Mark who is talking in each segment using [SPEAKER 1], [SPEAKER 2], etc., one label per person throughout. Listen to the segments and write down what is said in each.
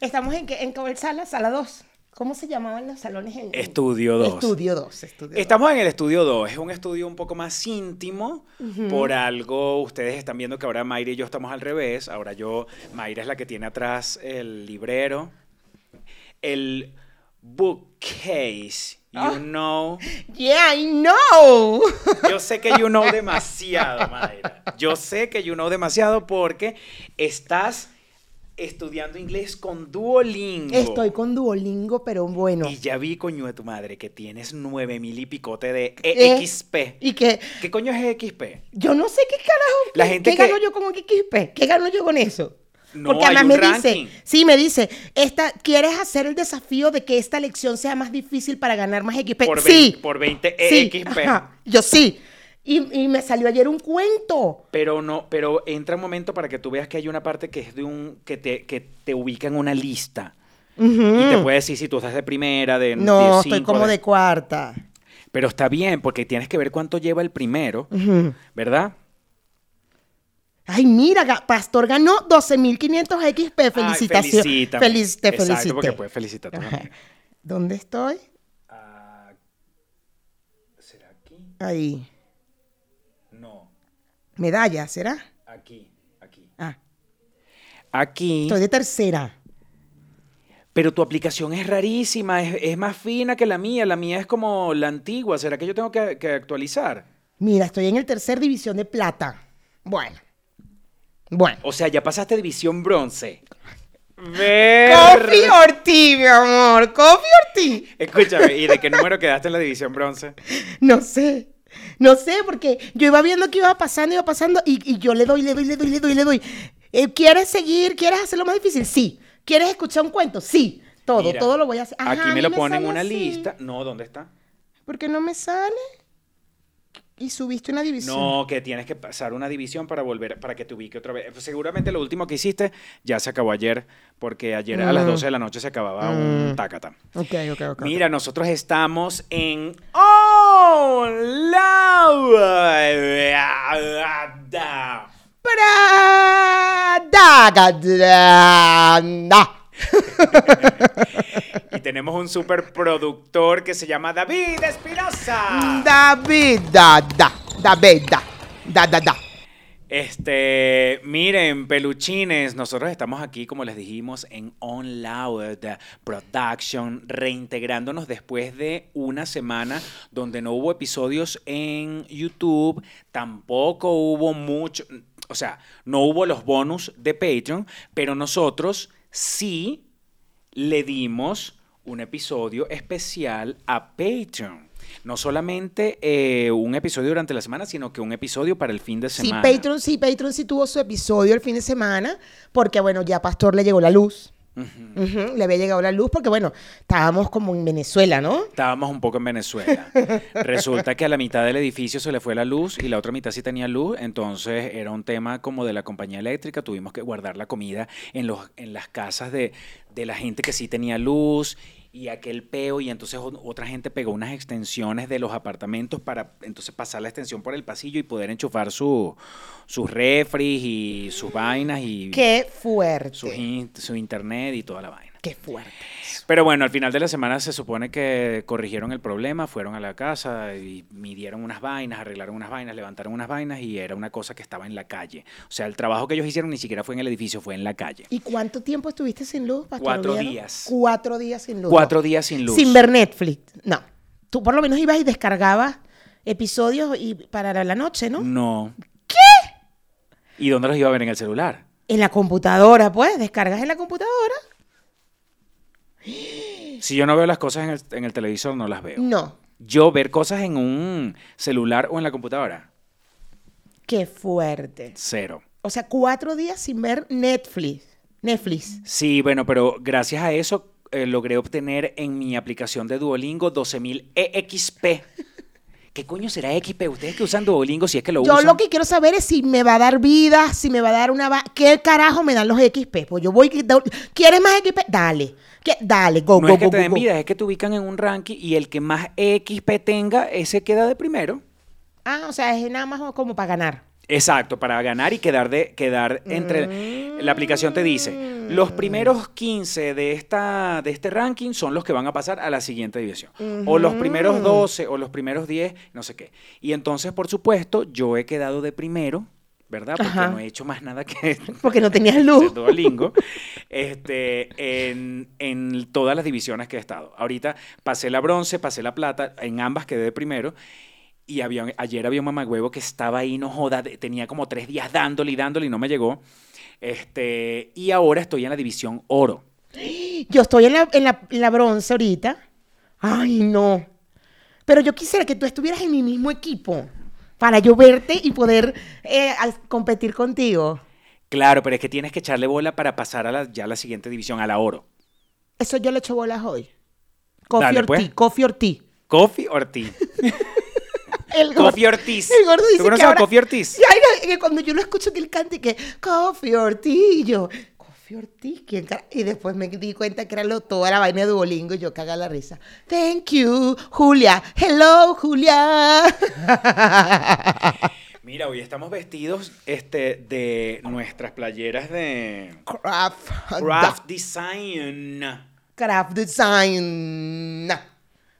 [SPEAKER 1] Estamos en, qué- en cuál sala, sala 2. ¿Cómo se llamaban los salones en en-
[SPEAKER 2] Estudio 2.
[SPEAKER 1] Estudio 2. Estudio dos.
[SPEAKER 2] Estamos en el estudio 2, es un estudio un poco más íntimo, por algo ustedes están viendo que ahora Mayra y yo estamos al revés, ahora yo, Mayra es la que tiene atrás el librero, el bookcase, you
[SPEAKER 1] Ah.
[SPEAKER 2] know,
[SPEAKER 1] Yeah, I know.
[SPEAKER 2] yo sé que you know demasiado, Mayra, yo sé que you know demasiado porque estás estudiando inglés con Duolingo.
[SPEAKER 1] Estoy con Duolingo, pero bueno.
[SPEAKER 2] Y ya vi, coño de tu madre, que tienes nueve mil y picote de
[SPEAKER 1] Eh.
[SPEAKER 2] EXP.
[SPEAKER 1] Y que
[SPEAKER 2] ¿Qué coño es E EXP?
[SPEAKER 1] yo no sé qué carajo.
[SPEAKER 2] La
[SPEAKER 1] qué-
[SPEAKER 2] gente
[SPEAKER 1] ¿Qué
[SPEAKER 2] que-
[SPEAKER 1] gano yo con XP? ¿Qué gano yo con eso?
[SPEAKER 2] No,
[SPEAKER 1] Porque
[SPEAKER 2] hay
[SPEAKER 1] además
[SPEAKER 2] un
[SPEAKER 1] me
[SPEAKER 2] ranking.
[SPEAKER 1] dice, sí, me dice, esta, ¿quieres hacer el desafío de que esta lección sea más difícil para ganar más XP?
[SPEAKER 2] Por,
[SPEAKER 1] sí,
[SPEAKER 2] 20, por eh, E 20
[SPEAKER 1] sí,
[SPEAKER 2] EXP.
[SPEAKER 1] ajá, yo sí. Y, y me salió ayer un cuento.
[SPEAKER 2] Pero no, pero entra un momento para que tú veas que hay una parte que es de un que te, que te ubica en una lista. Y te
[SPEAKER 1] Ujú.
[SPEAKER 2] puede decir si tú estás de primera, de
[SPEAKER 1] Mm. no,
[SPEAKER 2] de
[SPEAKER 1] estoy
[SPEAKER 2] cinco,
[SPEAKER 1] como
[SPEAKER 2] de-
[SPEAKER 1] de cuarta.
[SPEAKER 2] Pero está bien, porque tienes que ver cuánto lleva el primero,
[SPEAKER 1] Ujú.
[SPEAKER 2] ¿verdad?
[SPEAKER 1] Ay, mira, Ga- Pastor ganó 12.500 XP.
[SPEAKER 2] Ay,
[SPEAKER 1] Felicitaciones.
[SPEAKER 2] felicítame.
[SPEAKER 1] Feliz, te
[SPEAKER 2] Exacto,
[SPEAKER 1] felicité.
[SPEAKER 2] porque puedes felicitar a tus
[SPEAKER 1] Ajá.
[SPEAKER 2] amigos.
[SPEAKER 1] ¿Dónde estoy?
[SPEAKER 2] Ah, ¿Será aquí?
[SPEAKER 1] Ahí.
[SPEAKER 2] No,
[SPEAKER 1] Medalla, ¿será?
[SPEAKER 2] aquí, aquí.
[SPEAKER 1] Ah,
[SPEAKER 2] Aquí.
[SPEAKER 1] estoy de tercera.
[SPEAKER 2] Pero tu aplicación es rarísima, es, es más fina que la mía. La mía es como la antigua. ¿Será que yo tengo que, que actualizar?
[SPEAKER 1] Mira, estoy en el tercer división de plata. Bueno. Bueno.
[SPEAKER 2] O sea, ya pasaste división bronce.
[SPEAKER 1] Coffee
[SPEAKER 2] Ver.
[SPEAKER 1] or tea, mi amor. Coffee or tea.
[SPEAKER 2] Escúchame, ¿y de qué número quedaste en la división bronce?
[SPEAKER 1] No sé. No sé, porque yo iba viendo que iba pasando, iba pasando, y, y yo le doy, le doy, le doy, le doy, le doy. Eh, ¿Quieres seguir? ¿Quieres hacerlo más difícil? Sí. ¿Quieres escuchar un cuento? Sí. Todo,
[SPEAKER 2] Mira,
[SPEAKER 1] todo lo voy a hacer. Ajá,
[SPEAKER 2] Aquí
[SPEAKER 1] a mí
[SPEAKER 2] me lo ponen
[SPEAKER 1] sale
[SPEAKER 2] en una
[SPEAKER 1] así.
[SPEAKER 2] lista. No, ¿dónde está?
[SPEAKER 1] ¿Por qué no me sale? Y subiste una división.
[SPEAKER 2] No, que tienes que pasar una división para volver, para que te ubique otra vez. Seguramente lo último que hiciste ya se acabó ayer, porque ayer a las
[SPEAKER 1] Mm.
[SPEAKER 2] 12 de la noche se acababa un tacata.
[SPEAKER 1] Ok, ok, ok.
[SPEAKER 2] Mira, nosotros estamos en ¡Oh! La...
[SPEAKER 1] Pradagadana.
[SPEAKER 2] Y tenemos un superproductor que se llama David Espinosa.
[SPEAKER 1] David, da, da, David, da, da, da, da.
[SPEAKER 2] Este, miren, peluchines, nosotros estamos aquí, como les dijimos, en On Loud Production, reintegrándonos después de una semana donde no hubo episodios en YouTube, tampoco hubo mucho, o sea, no hubo los bonus de Patreon, pero nosotros sí le dimos un episodio especial a Patreon. No solamente eh, un episodio durante la semana, sino que un episodio para el fin de
[SPEAKER 1] Sí,
[SPEAKER 2] semana.
[SPEAKER 1] Patreon, sí, Patreon sí tuvo su episodio el fin de semana, porque bueno, ya a Pastor le llegó la luz. Ujú, le había llegado la luz porque bueno, estábamos como en Venezuela, ¿no?
[SPEAKER 2] Estábamos un poco en Venezuela. Resulta que a la mitad del edificio se le fue la luz y la otra mitad sí tenía luz, entonces era un tema como de la compañía eléctrica, tuvimos que guardar la comida en, los, en las casas de, de la gente que sí tenía luz y aquel peo y entonces o- otra gente pegó unas extensiones de los apartamentos para entonces pasar la extensión por el pasillo y poder enchufar su, sus refris y sus vainas y
[SPEAKER 1] Qué fuerte.
[SPEAKER 2] sus in- su internet y toda la vaina.
[SPEAKER 1] Qué fuerte. eso.
[SPEAKER 2] Pero bueno, al final de la semana se supone que corrigieron el problema, fueron a la casa y midieron unas vainas, arreglaron unas vainas, levantaron unas vainas y era una cosa que estaba en la calle. O sea, el trabajo que ellos hicieron ni siquiera fue en el edificio, fue en la calle.
[SPEAKER 1] ¿Y cuánto tiempo estuviste sin luz, Pastor?
[SPEAKER 2] Cuatro
[SPEAKER 1] Oviedo?
[SPEAKER 2] días.
[SPEAKER 1] Cuatro días sin luz.
[SPEAKER 2] Cuatro días sin luz.
[SPEAKER 1] Sin ver Netflix. No. Tú por lo menos ibas y descargabas episodios y para la noche, ¿no?
[SPEAKER 2] No. ¿Qué? ¿Y dónde los iba a ver en el celular?
[SPEAKER 1] En la computadora, pues, descargas en la computadora.
[SPEAKER 2] Si yo no veo las cosas en el, en el televisor, no las veo.
[SPEAKER 1] No.
[SPEAKER 2] Yo ver cosas en un celular o en la computadora,
[SPEAKER 1] Qué fuerte.
[SPEAKER 2] cero.
[SPEAKER 1] O sea, cuatro días sin ver Netflix. Netflix.
[SPEAKER 2] Sí, bueno, pero gracias a eso eh, logré obtener en mi aplicación de Duolingo 12.000 EXP. ¿Qué coño será XP? Ustedes que usan Duolingo, si es que lo
[SPEAKER 1] Yo
[SPEAKER 2] usan.
[SPEAKER 1] lo que quiero saber es si me va a dar vida, si me va a dar una... va- ¿Qué carajo me dan los XP? Pues yo voy... ¿Quieres más XP? Dale. ¿Qué? Dale, go,
[SPEAKER 2] no
[SPEAKER 1] go,
[SPEAKER 2] es que
[SPEAKER 1] go,
[SPEAKER 2] te
[SPEAKER 1] go,
[SPEAKER 2] den
[SPEAKER 1] go.
[SPEAKER 2] vida, es que te ubican en un ranking y el que E más EXP tenga, ese queda de primero.
[SPEAKER 1] Ah, o sea, es nada más como para ganar.
[SPEAKER 2] Exacto, para ganar y quedar, de, quedar entre... La aplicación te dice, los primeros 15 de, esta, de este ranking son los que van a pasar a la siguiente división. O los primeros 12 o los primeros 10, no sé qué. Y entonces, por supuesto, yo he quedado de primero, ¿verdad? Porque
[SPEAKER 1] Ajá.
[SPEAKER 2] no he hecho más nada que
[SPEAKER 1] Porque no tenías
[SPEAKER 2] de
[SPEAKER 1] luz.
[SPEAKER 2] Duolingo, este, en, en todas las divisiones que he estado. Ahorita pasé la bronce, pasé la plata, en ambas quedé primero. Y había, ayer había un mamagüevo que estaba ahí, no joda, de- tenía como tres días dándole y dándole y no me llegó. Este, y ahora estoy en la división oro.
[SPEAKER 1] Yo estoy en la, en la- en la bronce ahorita. Ay, no. Pero yo quisiera que tú estuvieras en mi mismo equipo para yo verte y poder eh, al- competir contigo.
[SPEAKER 2] Claro, pero es que tienes que echarle bola para pasar a la, ya a la siguiente división, a la oro.
[SPEAKER 1] Eso yo le echo bolas hoy. Coffee
[SPEAKER 2] Dale, pues.
[SPEAKER 1] Ortiz, Coffee Ortiz.
[SPEAKER 2] Coffee Ortiz.
[SPEAKER 1] El gordo-
[SPEAKER 2] Coffee Ortiz.
[SPEAKER 1] El gordo dice
[SPEAKER 2] ¿Tú conoces
[SPEAKER 1] que
[SPEAKER 2] a
[SPEAKER 1] ahora-
[SPEAKER 2] Coffee Ortiz?
[SPEAKER 1] Sí, ay, no, que cuando yo lo escucho que él canta y que Coffee Ortiz, y yo, Coffee Ortiz, ¿quién cara-?" Y después me di cuenta que era lo, toda la vaina de Duolingo y yo caga la risa. Thank you, Julia. Hello, Julia.
[SPEAKER 2] Mira, hoy estamos vestidos este, de nuestras playeras de...
[SPEAKER 1] Craft.
[SPEAKER 2] Craft Design.
[SPEAKER 1] Craft Design.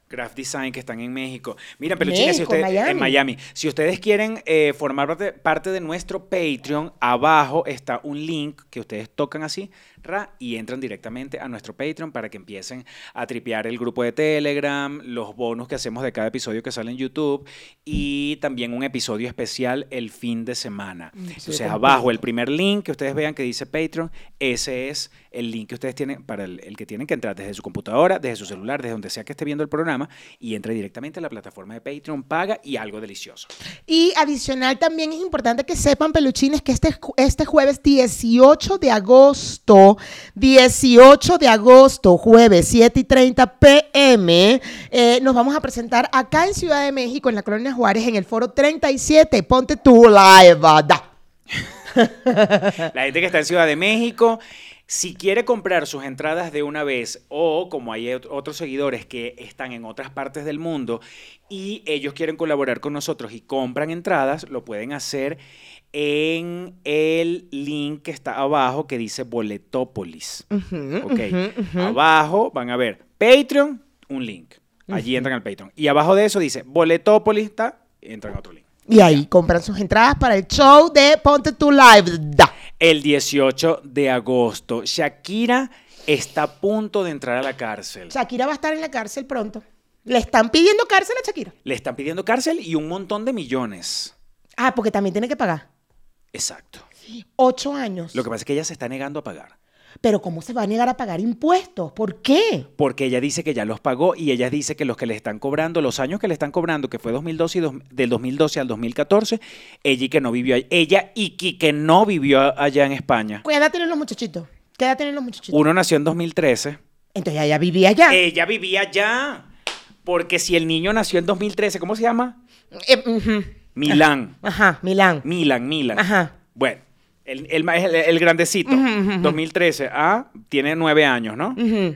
[SPEAKER 2] Craft Design que están en México. Mira, peluchines, si
[SPEAKER 1] México,
[SPEAKER 2] ustedes
[SPEAKER 1] Miami.
[SPEAKER 2] en Miami, si ustedes quieren eh, formar parte, parte de nuestro Patreon, abajo está un link que ustedes tocan así ra, y entran directamente a nuestro Patreon para que empiecen a tripear el grupo de Telegram, los bonos que hacemos de cada episodio que sale en YouTube y también un episodio especial el fin de semana.
[SPEAKER 1] Mm,
[SPEAKER 2] Entonces,
[SPEAKER 1] como-
[SPEAKER 2] abajo el primer link que ustedes vean que dice Patreon, ese es el link que ustedes tienen para el, el que tienen que entrar desde su computadora, desde su celular, desde donde sea que esté viendo el programa y entre directamente a la plataforma de Patreon, paga y algo delicioso.
[SPEAKER 1] Y adicional también es importante que sepan, peluchines, que este, ju- este jueves 18 de agosto, 18 de agosto, jueves 7 y 30 pm, eh, nos vamos a presentar acá en Ciudad de México, en la Colonia Juárez, en el foro 37. Ponte tu live. da.
[SPEAKER 2] La gente que está en Ciudad de México, si quiere comprar sus entradas de una vez o como hay ot- otros seguidores que están en otras partes del mundo y ellos quieren colaborar con nosotros y compran entradas, lo pueden hacer en el link que está abajo que dice Boletópolis.
[SPEAKER 1] Ujú,
[SPEAKER 2] Ok.
[SPEAKER 1] ujú, ujú.
[SPEAKER 2] Abajo van a ver Patreon, un link. Allí entran al Patreon. Y abajo de eso dice Boletópolis, ta, entran a otro link.
[SPEAKER 1] Y ahí compran sus entradas para el show de Ponte tu live. da.
[SPEAKER 2] El 18 de agosto, Shakira está a punto de entrar a la cárcel.
[SPEAKER 1] Shakira va a estar en la cárcel pronto. Le están pidiendo cárcel a Shakira.
[SPEAKER 2] Le están pidiendo cárcel y un montón de millones.
[SPEAKER 1] Ah, porque también tiene que pagar.
[SPEAKER 2] Exacto.
[SPEAKER 1] Ocho años.
[SPEAKER 2] Lo que pasa es que ella se está negando a pagar.
[SPEAKER 1] Pero ¿cómo se va a negar a pagar impuestos? ¿Por qué?
[SPEAKER 2] Porque ella dice que ya los pagó y ella dice que los que le están cobrando, los años que le están cobrando, que fue 2012 y dos- del 2012 al 2014, ella y que no vivió ahí- ella y que- que no vivió a- allá en España.
[SPEAKER 1] ¿Qué edad tienen los muchachitos? ¿Qué edad tienen los muchachitos?
[SPEAKER 2] Uno nació en 2013.
[SPEAKER 1] Entonces ella vivía allá.
[SPEAKER 2] Ella vivía allá. Porque si el niño nació en 2013, ¿cómo se llama?
[SPEAKER 1] Eh, ujú.
[SPEAKER 2] Milán.
[SPEAKER 1] Ajá, Milán.
[SPEAKER 2] Milan, Milan.
[SPEAKER 1] Ajá.
[SPEAKER 2] Bueno, el, el ma- el- el grandecito, 2013, ah, tiene nueve años, ¿no?
[SPEAKER 1] Ujú.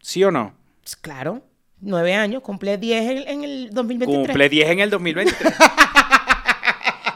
[SPEAKER 2] ¿Sí o no?
[SPEAKER 1] Pues, claro, nueve años, cumple diez en, en el 2023.
[SPEAKER 2] Cumple 10 en el 2023.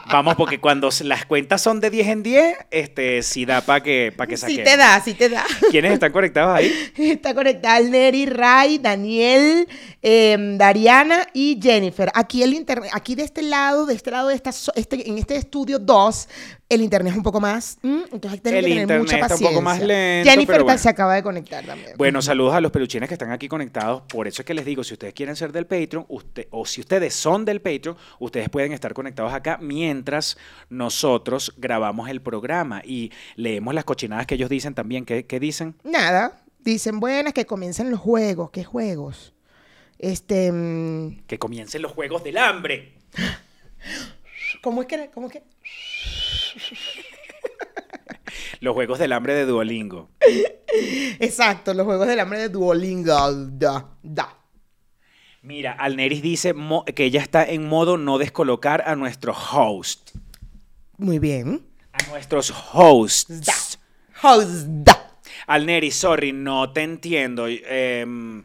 [SPEAKER 2] Vamos, porque cuando se- las cuentas son de 10 en 10, este, sí da para que, pa que
[SPEAKER 1] Sí
[SPEAKER 2] saquen.
[SPEAKER 1] te da, sí te da.
[SPEAKER 2] ¿Quiénes están conectados ahí?
[SPEAKER 1] Está conectada el Neri, Ray, Daniel, eh, Dariana y Jennifer. Aquí el internet, aquí de este lado, de este lado de esta, so- este- en este estudio 2, el internet es un poco más. mm, entonces tenemos que
[SPEAKER 2] El
[SPEAKER 1] tener
[SPEAKER 2] internet
[SPEAKER 1] mucha
[SPEAKER 2] está un
[SPEAKER 1] paciencia.
[SPEAKER 2] poco más lento,
[SPEAKER 1] Jennifer
[SPEAKER 2] pero
[SPEAKER 1] ta-
[SPEAKER 2] bueno.
[SPEAKER 1] se acaba de conectar también.
[SPEAKER 2] Bueno, saludos a los peluchines que están aquí conectados. Por eso es que les digo, si ustedes quieren ser del Patreon, usted, o si ustedes son del Patreon, ustedes pueden estar conectados acá mientras nosotros grabamos el programa y leemos las cochinadas que ellos dicen también. ¿Qué, qué dicen?
[SPEAKER 1] Nada, dicen buenas que comiencen los juegos. ¿Qué juegos? Este. mm,
[SPEAKER 2] Que comiencen los Juegos del Hambre.
[SPEAKER 1] ¿Cómo es que era? ¿Cómo es que?
[SPEAKER 2] Los Juegos del Hambre de Duolingo.
[SPEAKER 1] Exacto, los juegos del hambre de Duolingo. Da, da.
[SPEAKER 2] Mira, Alneris dice mo- que ella está en modo no descolocar a nuestros hosts.
[SPEAKER 1] Muy bien.
[SPEAKER 2] A nuestros hosts.
[SPEAKER 1] Da. House, da.
[SPEAKER 2] Alneri, sorry, no te entiendo. Em,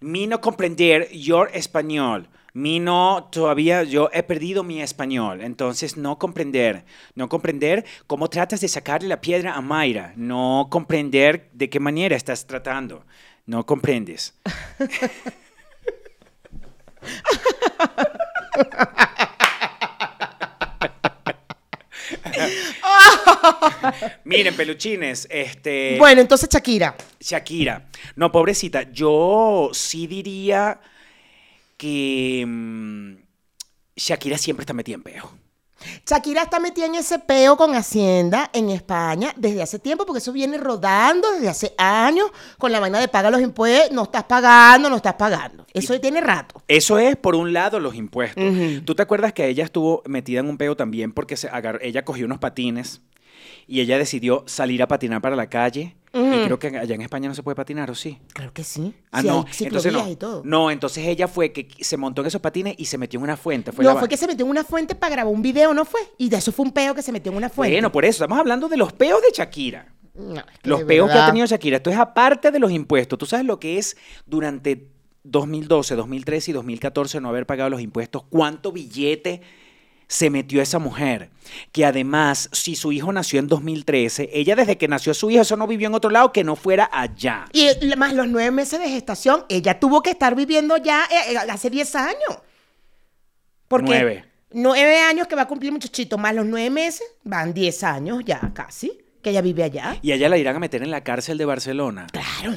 [SPEAKER 2] mi no comprender your español. Mi no, todavía yo he perdido mi español, entonces no comprender, no comprender cómo tratas de sacarle la piedra a Mayra, no comprender de qué manera estás tratando, no comprendes. Miren, peluchines, este...
[SPEAKER 1] Bueno, entonces Shakira.
[SPEAKER 2] Shakira. No, pobrecita, yo sí diría que mm, Shakira siempre está metida en peo.
[SPEAKER 1] Shakira está metida en ese peo con Hacienda en España desde hace tiempo, porque eso viene rodando desde hace años con la vaina de pagar los impuestos, no estás pagando, no estás pagando. Eso tiene rato.
[SPEAKER 2] Eso es, por un lado, los impuestos.
[SPEAKER 1] Ujú.
[SPEAKER 2] ¿Tú te acuerdas que ella estuvo metida en un peo también porque se agar- ella cogió unos patines y ella decidió salir a patinar para la calle? Y creo que allá en España no se puede patinar, ¿o sí?
[SPEAKER 1] Claro que sí.
[SPEAKER 2] Ah,
[SPEAKER 1] Sí,
[SPEAKER 2] no.
[SPEAKER 1] hay
[SPEAKER 2] Entonces
[SPEAKER 1] ciclovías
[SPEAKER 2] no.
[SPEAKER 1] y todo.
[SPEAKER 2] No, entonces ella fue que se montó en esos patines y se metió en una fuente. Fue
[SPEAKER 1] no,
[SPEAKER 2] la va-
[SPEAKER 1] fue que se metió en una fuente para grabar un video, ¿no fue? Y de eso fue un peo que se metió en una fuente.
[SPEAKER 2] Bueno, por eso, estamos hablando de los peos de Shakira.
[SPEAKER 1] No, es que
[SPEAKER 2] Los
[SPEAKER 1] de
[SPEAKER 2] peos que ha
[SPEAKER 1] verdad.
[SPEAKER 2] tenido Shakira. Esto es aparte de los impuestos. Tú sabes lo que es durante 2012, 2013 y 2014 no haber pagado los impuestos. ¿Cuánto billete se metió esa mujer? Que además, si su hijo nació en 2013, ella desde que nació su hijo, eso no vivió en otro lado que no fuera allá.
[SPEAKER 1] Y eh, más los nueve meses de gestación, ella tuvo que estar viviendo ya eh, eh, hace 10 años. Porque
[SPEAKER 2] Nueve.
[SPEAKER 1] nueve años que va a cumplir muchachito, más los nueve meses, van 10 años ya casi, que ella vive allá.
[SPEAKER 2] Y allá la irán a meter en la cárcel de Barcelona.
[SPEAKER 1] Claro.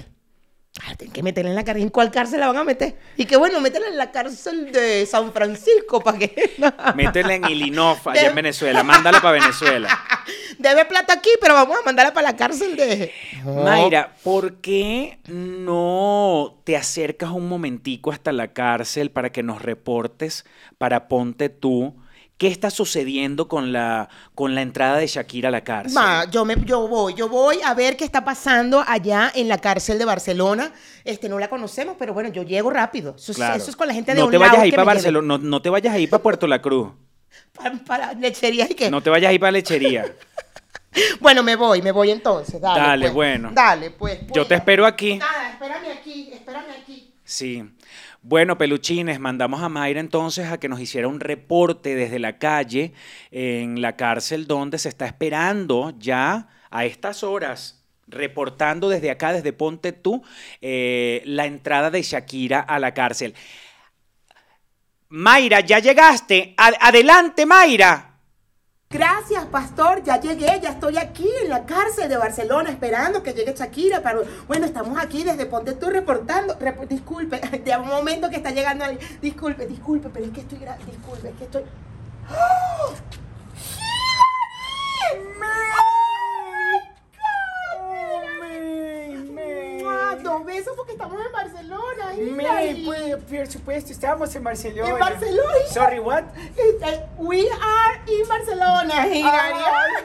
[SPEAKER 1] Claro, Ah, tienen que meterla en la cárcel. ¿En cuál cárcel la van a meter? Y que bueno, métela en la cárcel de San Francisco para que...
[SPEAKER 2] Métela en Illinois, allá en Venezuela. Mándala para Venezuela.
[SPEAKER 1] Debe plata aquí, pero vamos a mandarla para la cárcel de...
[SPEAKER 2] Mayra, ¿por qué no te acercas un momentico hasta la cárcel para que nos reportes, para ponte tú, qué está sucediendo con la, con la entrada de Shakira a la cárcel?
[SPEAKER 1] Ma, yo, me, yo voy, yo voy a ver qué está pasando allá en la cárcel de Barcelona. Este, no la conocemos, pero bueno, yo llego rápido. Eso, es-
[SPEAKER 2] Claro.
[SPEAKER 1] eso es con la gente de
[SPEAKER 2] no
[SPEAKER 1] un
[SPEAKER 2] te vayas
[SPEAKER 1] lado
[SPEAKER 2] ahí
[SPEAKER 1] que
[SPEAKER 2] para
[SPEAKER 1] me lleve.
[SPEAKER 2] Barcelona, no, no te vayas ahí para Puerto La Cruz,
[SPEAKER 1] Pa- Para, lecherías y que...
[SPEAKER 2] no te vayas ahí para Lechería.
[SPEAKER 1] Bueno, me voy, me voy entonces. Dale,
[SPEAKER 2] Dale,
[SPEAKER 1] pues.
[SPEAKER 2] bueno.
[SPEAKER 1] Dale, pues.
[SPEAKER 2] Yo te
[SPEAKER 1] cuídate.
[SPEAKER 2] espero aquí.
[SPEAKER 1] Nada, espérame aquí, espérame aquí.
[SPEAKER 2] Sí. Bueno, peluchines, mandamos a Mayra entonces a que nos hiciera un reporte desde la calle en la cárcel donde se está esperando ya a estas horas, reportando desde acá, desde Ponte Tú, eh, la entrada de Shakira a la cárcel. Mayra, ya llegaste. Ad- adelante, Mayra.
[SPEAKER 1] Gracias, pastor. Ya llegué, ya estoy aquí en la cárcel de Barcelona esperando que llegue Shakira. Para... Bueno, estamos aquí desde Ponte Tú reportando. Rep- Disculpe, de un momento que está llegando alguien. Disculpe, disculpe, pero es que estoy. gra- Disculpe, es que estoy. ¡Oh! ¡Ah, Dos besos porque estamos en Barcelona. Hilary.
[SPEAKER 2] por supuesto, estamos en Barcelona.
[SPEAKER 1] En Barcelona.
[SPEAKER 2] Sorry, what?
[SPEAKER 1] We are in Barcelona, Hilary.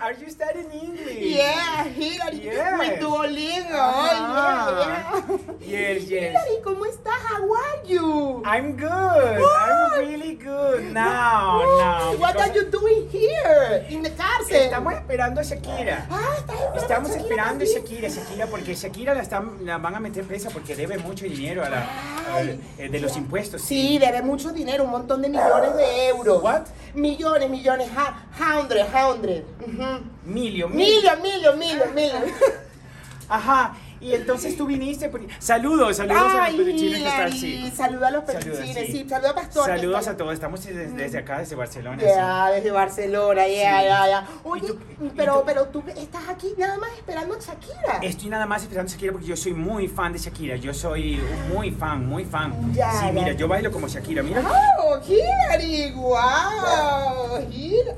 [SPEAKER 2] Are you studying English?
[SPEAKER 1] Yeah, Hillary,
[SPEAKER 2] Yeah.
[SPEAKER 1] with Duolingo.
[SPEAKER 2] Ajá.
[SPEAKER 1] Oh, yeah,
[SPEAKER 2] Yes,
[SPEAKER 1] yeah.
[SPEAKER 2] yes.
[SPEAKER 1] Hillary, ¿cómo estás? How are you?
[SPEAKER 2] I'm good. I'm really good. Now, now.
[SPEAKER 1] Ooh, What are you doing here in the cárcel?
[SPEAKER 2] Estamos esperando a Shakira.
[SPEAKER 1] Ah, estás esperando
[SPEAKER 2] Estamos
[SPEAKER 1] a Shakira
[SPEAKER 2] esperando a
[SPEAKER 1] también.
[SPEAKER 2] Shakira, Shakira, porque Shakira la, están, la van a meter presa porque debe mucho dinero a la, a-
[SPEAKER 1] Ay.
[SPEAKER 2] eh, de los impuestos.
[SPEAKER 1] Sí, debe mucho dinero, un montón de millones de euros.
[SPEAKER 2] What?
[SPEAKER 1] Millones, millones, ha- hundred, hundred. Ujú.
[SPEAKER 2] Milio, mil.
[SPEAKER 1] Million, million, million, million.
[SPEAKER 2] Ajá. Y entonces tú viniste. porque- Saludos, saludos a
[SPEAKER 1] Ay,
[SPEAKER 2] los peluchines que están
[SPEAKER 1] Hilary,
[SPEAKER 2] así.
[SPEAKER 1] saluda a los
[SPEAKER 2] Saluda,
[SPEAKER 1] peluchines,
[SPEAKER 2] sí.
[SPEAKER 1] sí. saluda a Pastor. que
[SPEAKER 2] Saludos
[SPEAKER 1] está-
[SPEAKER 2] a todos. Estamos desde, desde acá, desde Barcelona. sí.
[SPEAKER 1] Ya, desde Barcelona, ya,
[SPEAKER 2] Sí.
[SPEAKER 1] ya, ya.
[SPEAKER 2] ¿Y
[SPEAKER 1] Oye,
[SPEAKER 2] tú- y
[SPEAKER 1] pero,
[SPEAKER 2] tú-
[SPEAKER 1] pero tú estás aquí nada más esperando a Shakira.
[SPEAKER 2] Estoy nada más esperando a Shakira porque yo soy muy fan de Shakira. Yo soy muy fan, muy fan.
[SPEAKER 1] Ya,
[SPEAKER 2] sí,
[SPEAKER 1] ya.
[SPEAKER 2] mira, yo bailo como Shakira. Mira.
[SPEAKER 1] ¡Oh, Hillary! ¡Wow! Hil-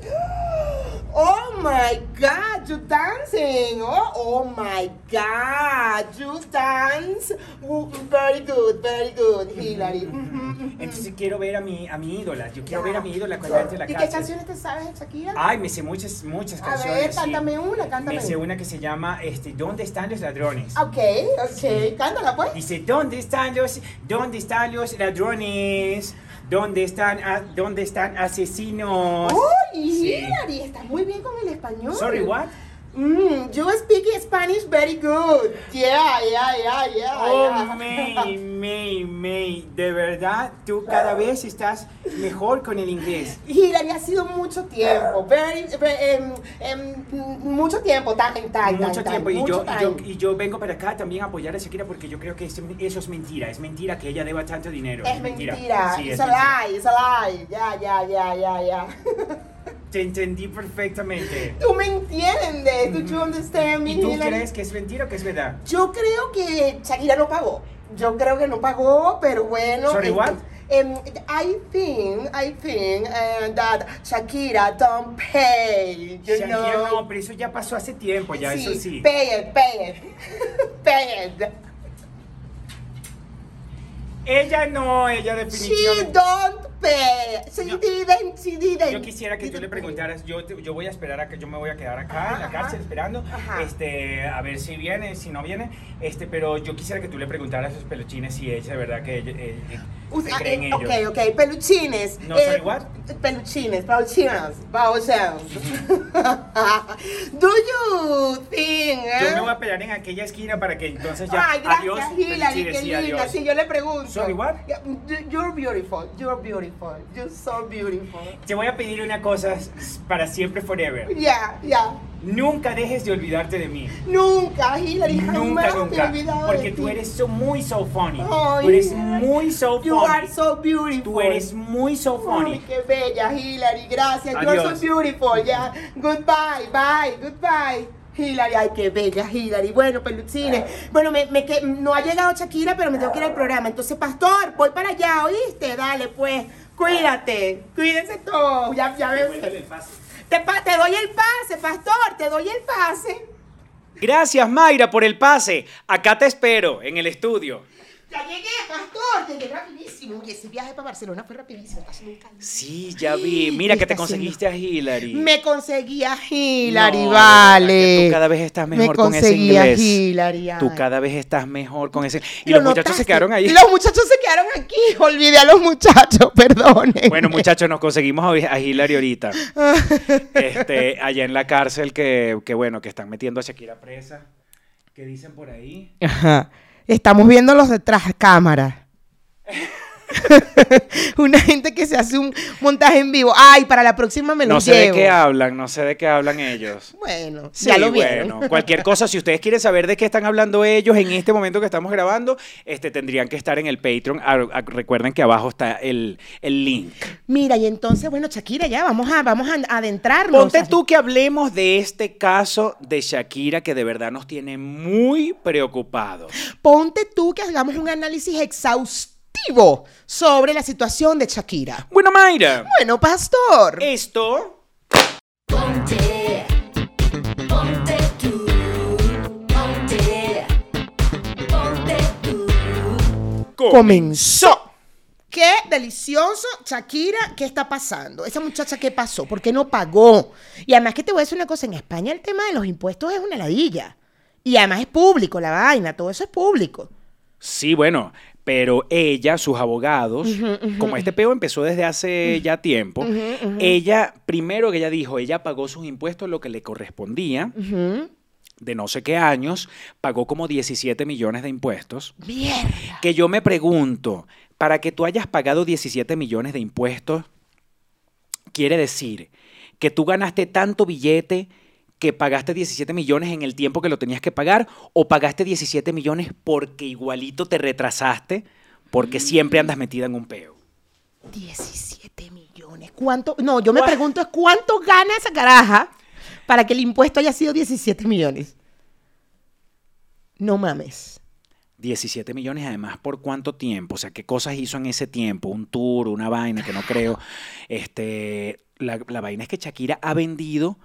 [SPEAKER 1] ¡Oh, my God! ¡You dancing! ¡Oh, oh my God! ¡You dance! Oh, Very good, very good,
[SPEAKER 2] Mm-hmm.
[SPEAKER 1] Hillary. Mm-hmm. Ujú, ujú.
[SPEAKER 2] Entonces quiero ver a mi, a mi ídola. Yo quiero
[SPEAKER 1] Ya.
[SPEAKER 2] ver a mi ídola cuando entre a la
[SPEAKER 1] ¿Y
[SPEAKER 2] cárcel.
[SPEAKER 1] qué canciones te sabes de Shakira?
[SPEAKER 2] Ay, me sé muchas, muchas
[SPEAKER 1] A
[SPEAKER 2] canciones.
[SPEAKER 1] ver,
[SPEAKER 2] sí.
[SPEAKER 1] cántame una, cántame Ah,
[SPEAKER 2] Me sé
[SPEAKER 1] una.
[SPEAKER 2] una que se llama este, ¿Dónde están los ladrones?
[SPEAKER 1] Ok, ok, cántala pues.
[SPEAKER 2] Dice, ¿dónde están los, dónde están los ladrones? ¿Dónde están, a- dónde están asesinos?
[SPEAKER 1] ¡Uy,
[SPEAKER 2] Sí.
[SPEAKER 1] Hilary! Estás muy bien con el español.
[SPEAKER 2] Sorry, what?
[SPEAKER 1] Mm, you speak Spanish very good. Yeah, yeah, yeah, yeah.
[SPEAKER 3] Oh,
[SPEAKER 1] yeah.
[SPEAKER 3] May, May, May, de verdad, tú cada vez estás mejor con el inglés.
[SPEAKER 1] Hilary ha sido mucho tiempo, very, ve- em, em, mucho tiempo, time, time,
[SPEAKER 3] Mucho
[SPEAKER 1] time,
[SPEAKER 3] tiempo
[SPEAKER 1] time,
[SPEAKER 3] y yo,
[SPEAKER 1] mucho
[SPEAKER 3] y, yo,
[SPEAKER 1] time.
[SPEAKER 3] y yo vengo para acá también a apoyar a Shakira porque yo creo que es- eso es mentira, es mentira que ella deba tanto dinero.
[SPEAKER 1] Es mentira,
[SPEAKER 3] Sí,
[SPEAKER 1] it's
[SPEAKER 3] es
[SPEAKER 1] a
[SPEAKER 3] mentira.
[SPEAKER 1] lie, it's a lie, ya, ya, ya, ya, ya.
[SPEAKER 3] Te entendí perfectamente.
[SPEAKER 1] Tú me entiendes, do you understand me,
[SPEAKER 3] ¿Y tú
[SPEAKER 1] Hilary?
[SPEAKER 3] crees que es mentira o que es verdad?
[SPEAKER 1] Yo creo que Shakira no pagó. Yo creo que no pagó, pero bueno.
[SPEAKER 3] Sorry,
[SPEAKER 1] este,
[SPEAKER 3] what?
[SPEAKER 1] em, I think, I think eh, that Shakira don't pay, you
[SPEAKER 3] Shakira,
[SPEAKER 1] know.
[SPEAKER 3] no, pero eso ya pasó hace tiempo, ya, eso sí.
[SPEAKER 1] Pay it, pay it. pay it.
[SPEAKER 3] Ella no, ella
[SPEAKER 1] She
[SPEAKER 3] definitivamente.
[SPEAKER 1] don't pay. She
[SPEAKER 3] Yo-
[SPEAKER 1] didn't, she didn't.
[SPEAKER 3] Yo quisiera que tú
[SPEAKER 1] Didn't
[SPEAKER 3] le
[SPEAKER 1] pay.
[SPEAKER 3] preguntaras, yo, te- yo voy a esperar acá, yo me voy a quedar acá
[SPEAKER 1] Ajá,
[SPEAKER 3] en la
[SPEAKER 1] ajá.
[SPEAKER 3] cárcel esperando,
[SPEAKER 1] Ajá.
[SPEAKER 3] este, a ver si viene, si no viene, este, pero yo quisiera que tú le preguntaras a esos peluchines si es de verdad que ellos, eh, eh,
[SPEAKER 1] Us-
[SPEAKER 3] se
[SPEAKER 1] ah,
[SPEAKER 3] creen
[SPEAKER 1] eh,
[SPEAKER 3] ellos.
[SPEAKER 1] ok, ok, peluchines. Eh,
[SPEAKER 3] No, sorry, what?
[SPEAKER 1] Peluchines, pauchinas, pauchans. Do you think, eh?
[SPEAKER 3] Yo me voy a esperar en aquella esquina para que entonces Pues ya,
[SPEAKER 1] Ay, gracias,
[SPEAKER 3] adiós,
[SPEAKER 1] Hilary,
[SPEAKER 3] peluchines,
[SPEAKER 1] qué
[SPEAKER 3] sí,
[SPEAKER 1] linda.
[SPEAKER 3] adiós.
[SPEAKER 1] Si yo le pregunto.
[SPEAKER 3] Sorry, what?
[SPEAKER 1] You- You're beautiful, you're beautiful, you're so beautiful.
[SPEAKER 3] Te voy a pedir una cosa s- para siempre, forever.
[SPEAKER 1] Yeah, yeah.
[SPEAKER 3] Nunca dejes de olvidarte de mí.
[SPEAKER 1] Nunca, Hilary,
[SPEAKER 3] Nunca,
[SPEAKER 1] jamás me he
[SPEAKER 3] nunca.
[SPEAKER 1] olvidado de
[SPEAKER 3] Porque tú
[SPEAKER 1] ti.
[SPEAKER 3] eres so, muy so funny.
[SPEAKER 1] Ay,
[SPEAKER 3] tú eres
[SPEAKER 1] Hilary.
[SPEAKER 3] muy so
[SPEAKER 1] You are
[SPEAKER 3] funny.
[SPEAKER 1] so beautiful.
[SPEAKER 3] Tú eres muy so
[SPEAKER 1] Ay,
[SPEAKER 3] funny.
[SPEAKER 1] qué bella, Hillary. Gracias. You are so
[SPEAKER 3] Adiós.
[SPEAKER 1] beautiful. Yeah. Goodbye, bye, goodbye. Hillary, ay, qué bella, Hillary. Bueno, pelucines. Bueno, me, me que- no ha llegado Shakira, pero me tengo que ir al programa. Entonces, pastor, voy para allá, ¿oíste? Dale, pues. Cuídate. Cuídense todos. Ya, ya ves. Te, pa- te doy el pase, pastor. Te doy el pase.
[SPEAKER 2] Gracias, Mayra, por el pase. Acá te espero, en el estudio.
[SPEAKER 1] Ya llegué, pastor. Llegué rapidísimo. Oye, ese viaje para Barcelona fue rapidísimo. Está haciendo un calor.
[SPEAKER 2] Sí, ya vi. Mira que
[SPEAKER 1] Está
[SPEAKER 2] te conseguiste a Hillary.
[SPEAKER 1] Me conseguí a Hillary,
[SPEAKER 2] No, de verdad
[SPEAKER 1] vale.
[SPEAKER 2] que Tú cada vez estás
[SPEAKER 1] Me
[SPEAKER 2] mejor con ese
[SPEAKER 1] conseguí a
[SPEAKER 2] inglés.
[SPEAKER 1] Hillary, ay.
[SPEAKER 2] Tú cada vez estás mejor con ese. Y
[SPEAKER 1] Lo
[SPEAKER 2] los muchachos
[SPEAKER 1] notaste.
[SPEAKER 2] se quedaron ahí.
[SPEAKER 1] Y los muchachos se quedaron aquí. Olvidé a los muchachos, perdonen.
[SPEAKER 2] Bueno, muchachos, nos conseguimos a a Hillary ahorita. Este, allá en la cárcel que, que, bueno, que están metiendo a Shakira presa. ¿Qué dicen por ahí?
[SPEAKER 1] Ajá. Estamos viendo los detrás cámara. Una gente que se hace un montaje en vivo. Ay, para la próxima me lo
[SPEAKER 2] No sé de
[SPEAKER 1] llevo.
[SPEAKER 2] qué hablan, no sé de qué hablan ellos.
[SPEAKER 1] bueno,
[SPEAKER 2] Sí,
[SPEAKER 1] ya lo vieron.
[SPEAKER 2] bueno, cualquier cosa, si ustedes quieren saber de qué están hablando ellos en este momento que estamos grabando, este, tendrían que estar en el Patreon. Ah, ah, recuerden que abajo está el, el link.
[SPEAKER 1] Mira, y entonces, bueno, Shakira, ya vamos a, vamos a adentrarnos.
[SPEAKER 2] Ponte tú que hablemos de este caso de Shakira que de verdad nos tiene muy preocupados.
[SPEAKER 1] Ponte tú que hagamos un análisis exhaustivo sobre la situación de Shakira.
[SPEAKER 2] Bueno, Mayra,
[SPEAKER 1] Bueno,
[SPEAKER 2] Eh,
[SPEAKER 1] pastor.
[SPEAKER 2] esto...
[SPEAKER 4] Ponte, ponte tú, ponte, ponte tú.
[SPEAKER 1] comenzó. Qué delicioso, Shakira, ¿qué está pasando? Esa muchacha, ¿qué pasó? ¿Por qué no pagó? Y además que te voy a decir una cosa, en España el tema de los impuestos es una ladilla. Y además es público la vaina, todo eso es público.
[SPEAKER 2] Sí, bueno, pero ella, sus abogados, como este peo empezó desde hace ya tiempo, ella, primero que ella dijo, ella pagó sus impuestos lo que le correspondía, de no sé qué años, pagó como 17 millones de impuestos,
[SPEAKER 1] Mierda.
[SPEAKER 2] que yo me pregunto, para que tú hayas pagado 17 millones de impuestos, quiere decir que tú ganaste tanto billete que pagaste 17 millones en el tiempo que lo tenías que pagar o pagaste 17 millones porque igualito te retrasaste porque siempre andas metida en un peo.
[SPEAKER 1] 17 millones. ¿Cuánto? No, yo me pregunto es cuánto gana esa caraja para que el impuesto haya sido 17 millones. No mames.
[SPEAKER 2] 17 millones además por cuánto tiempo, o sea, qué cosas hizo en ese tiempo, un tour, una vaina que no creo. Este, la, la vaina es que Shakira ha vendido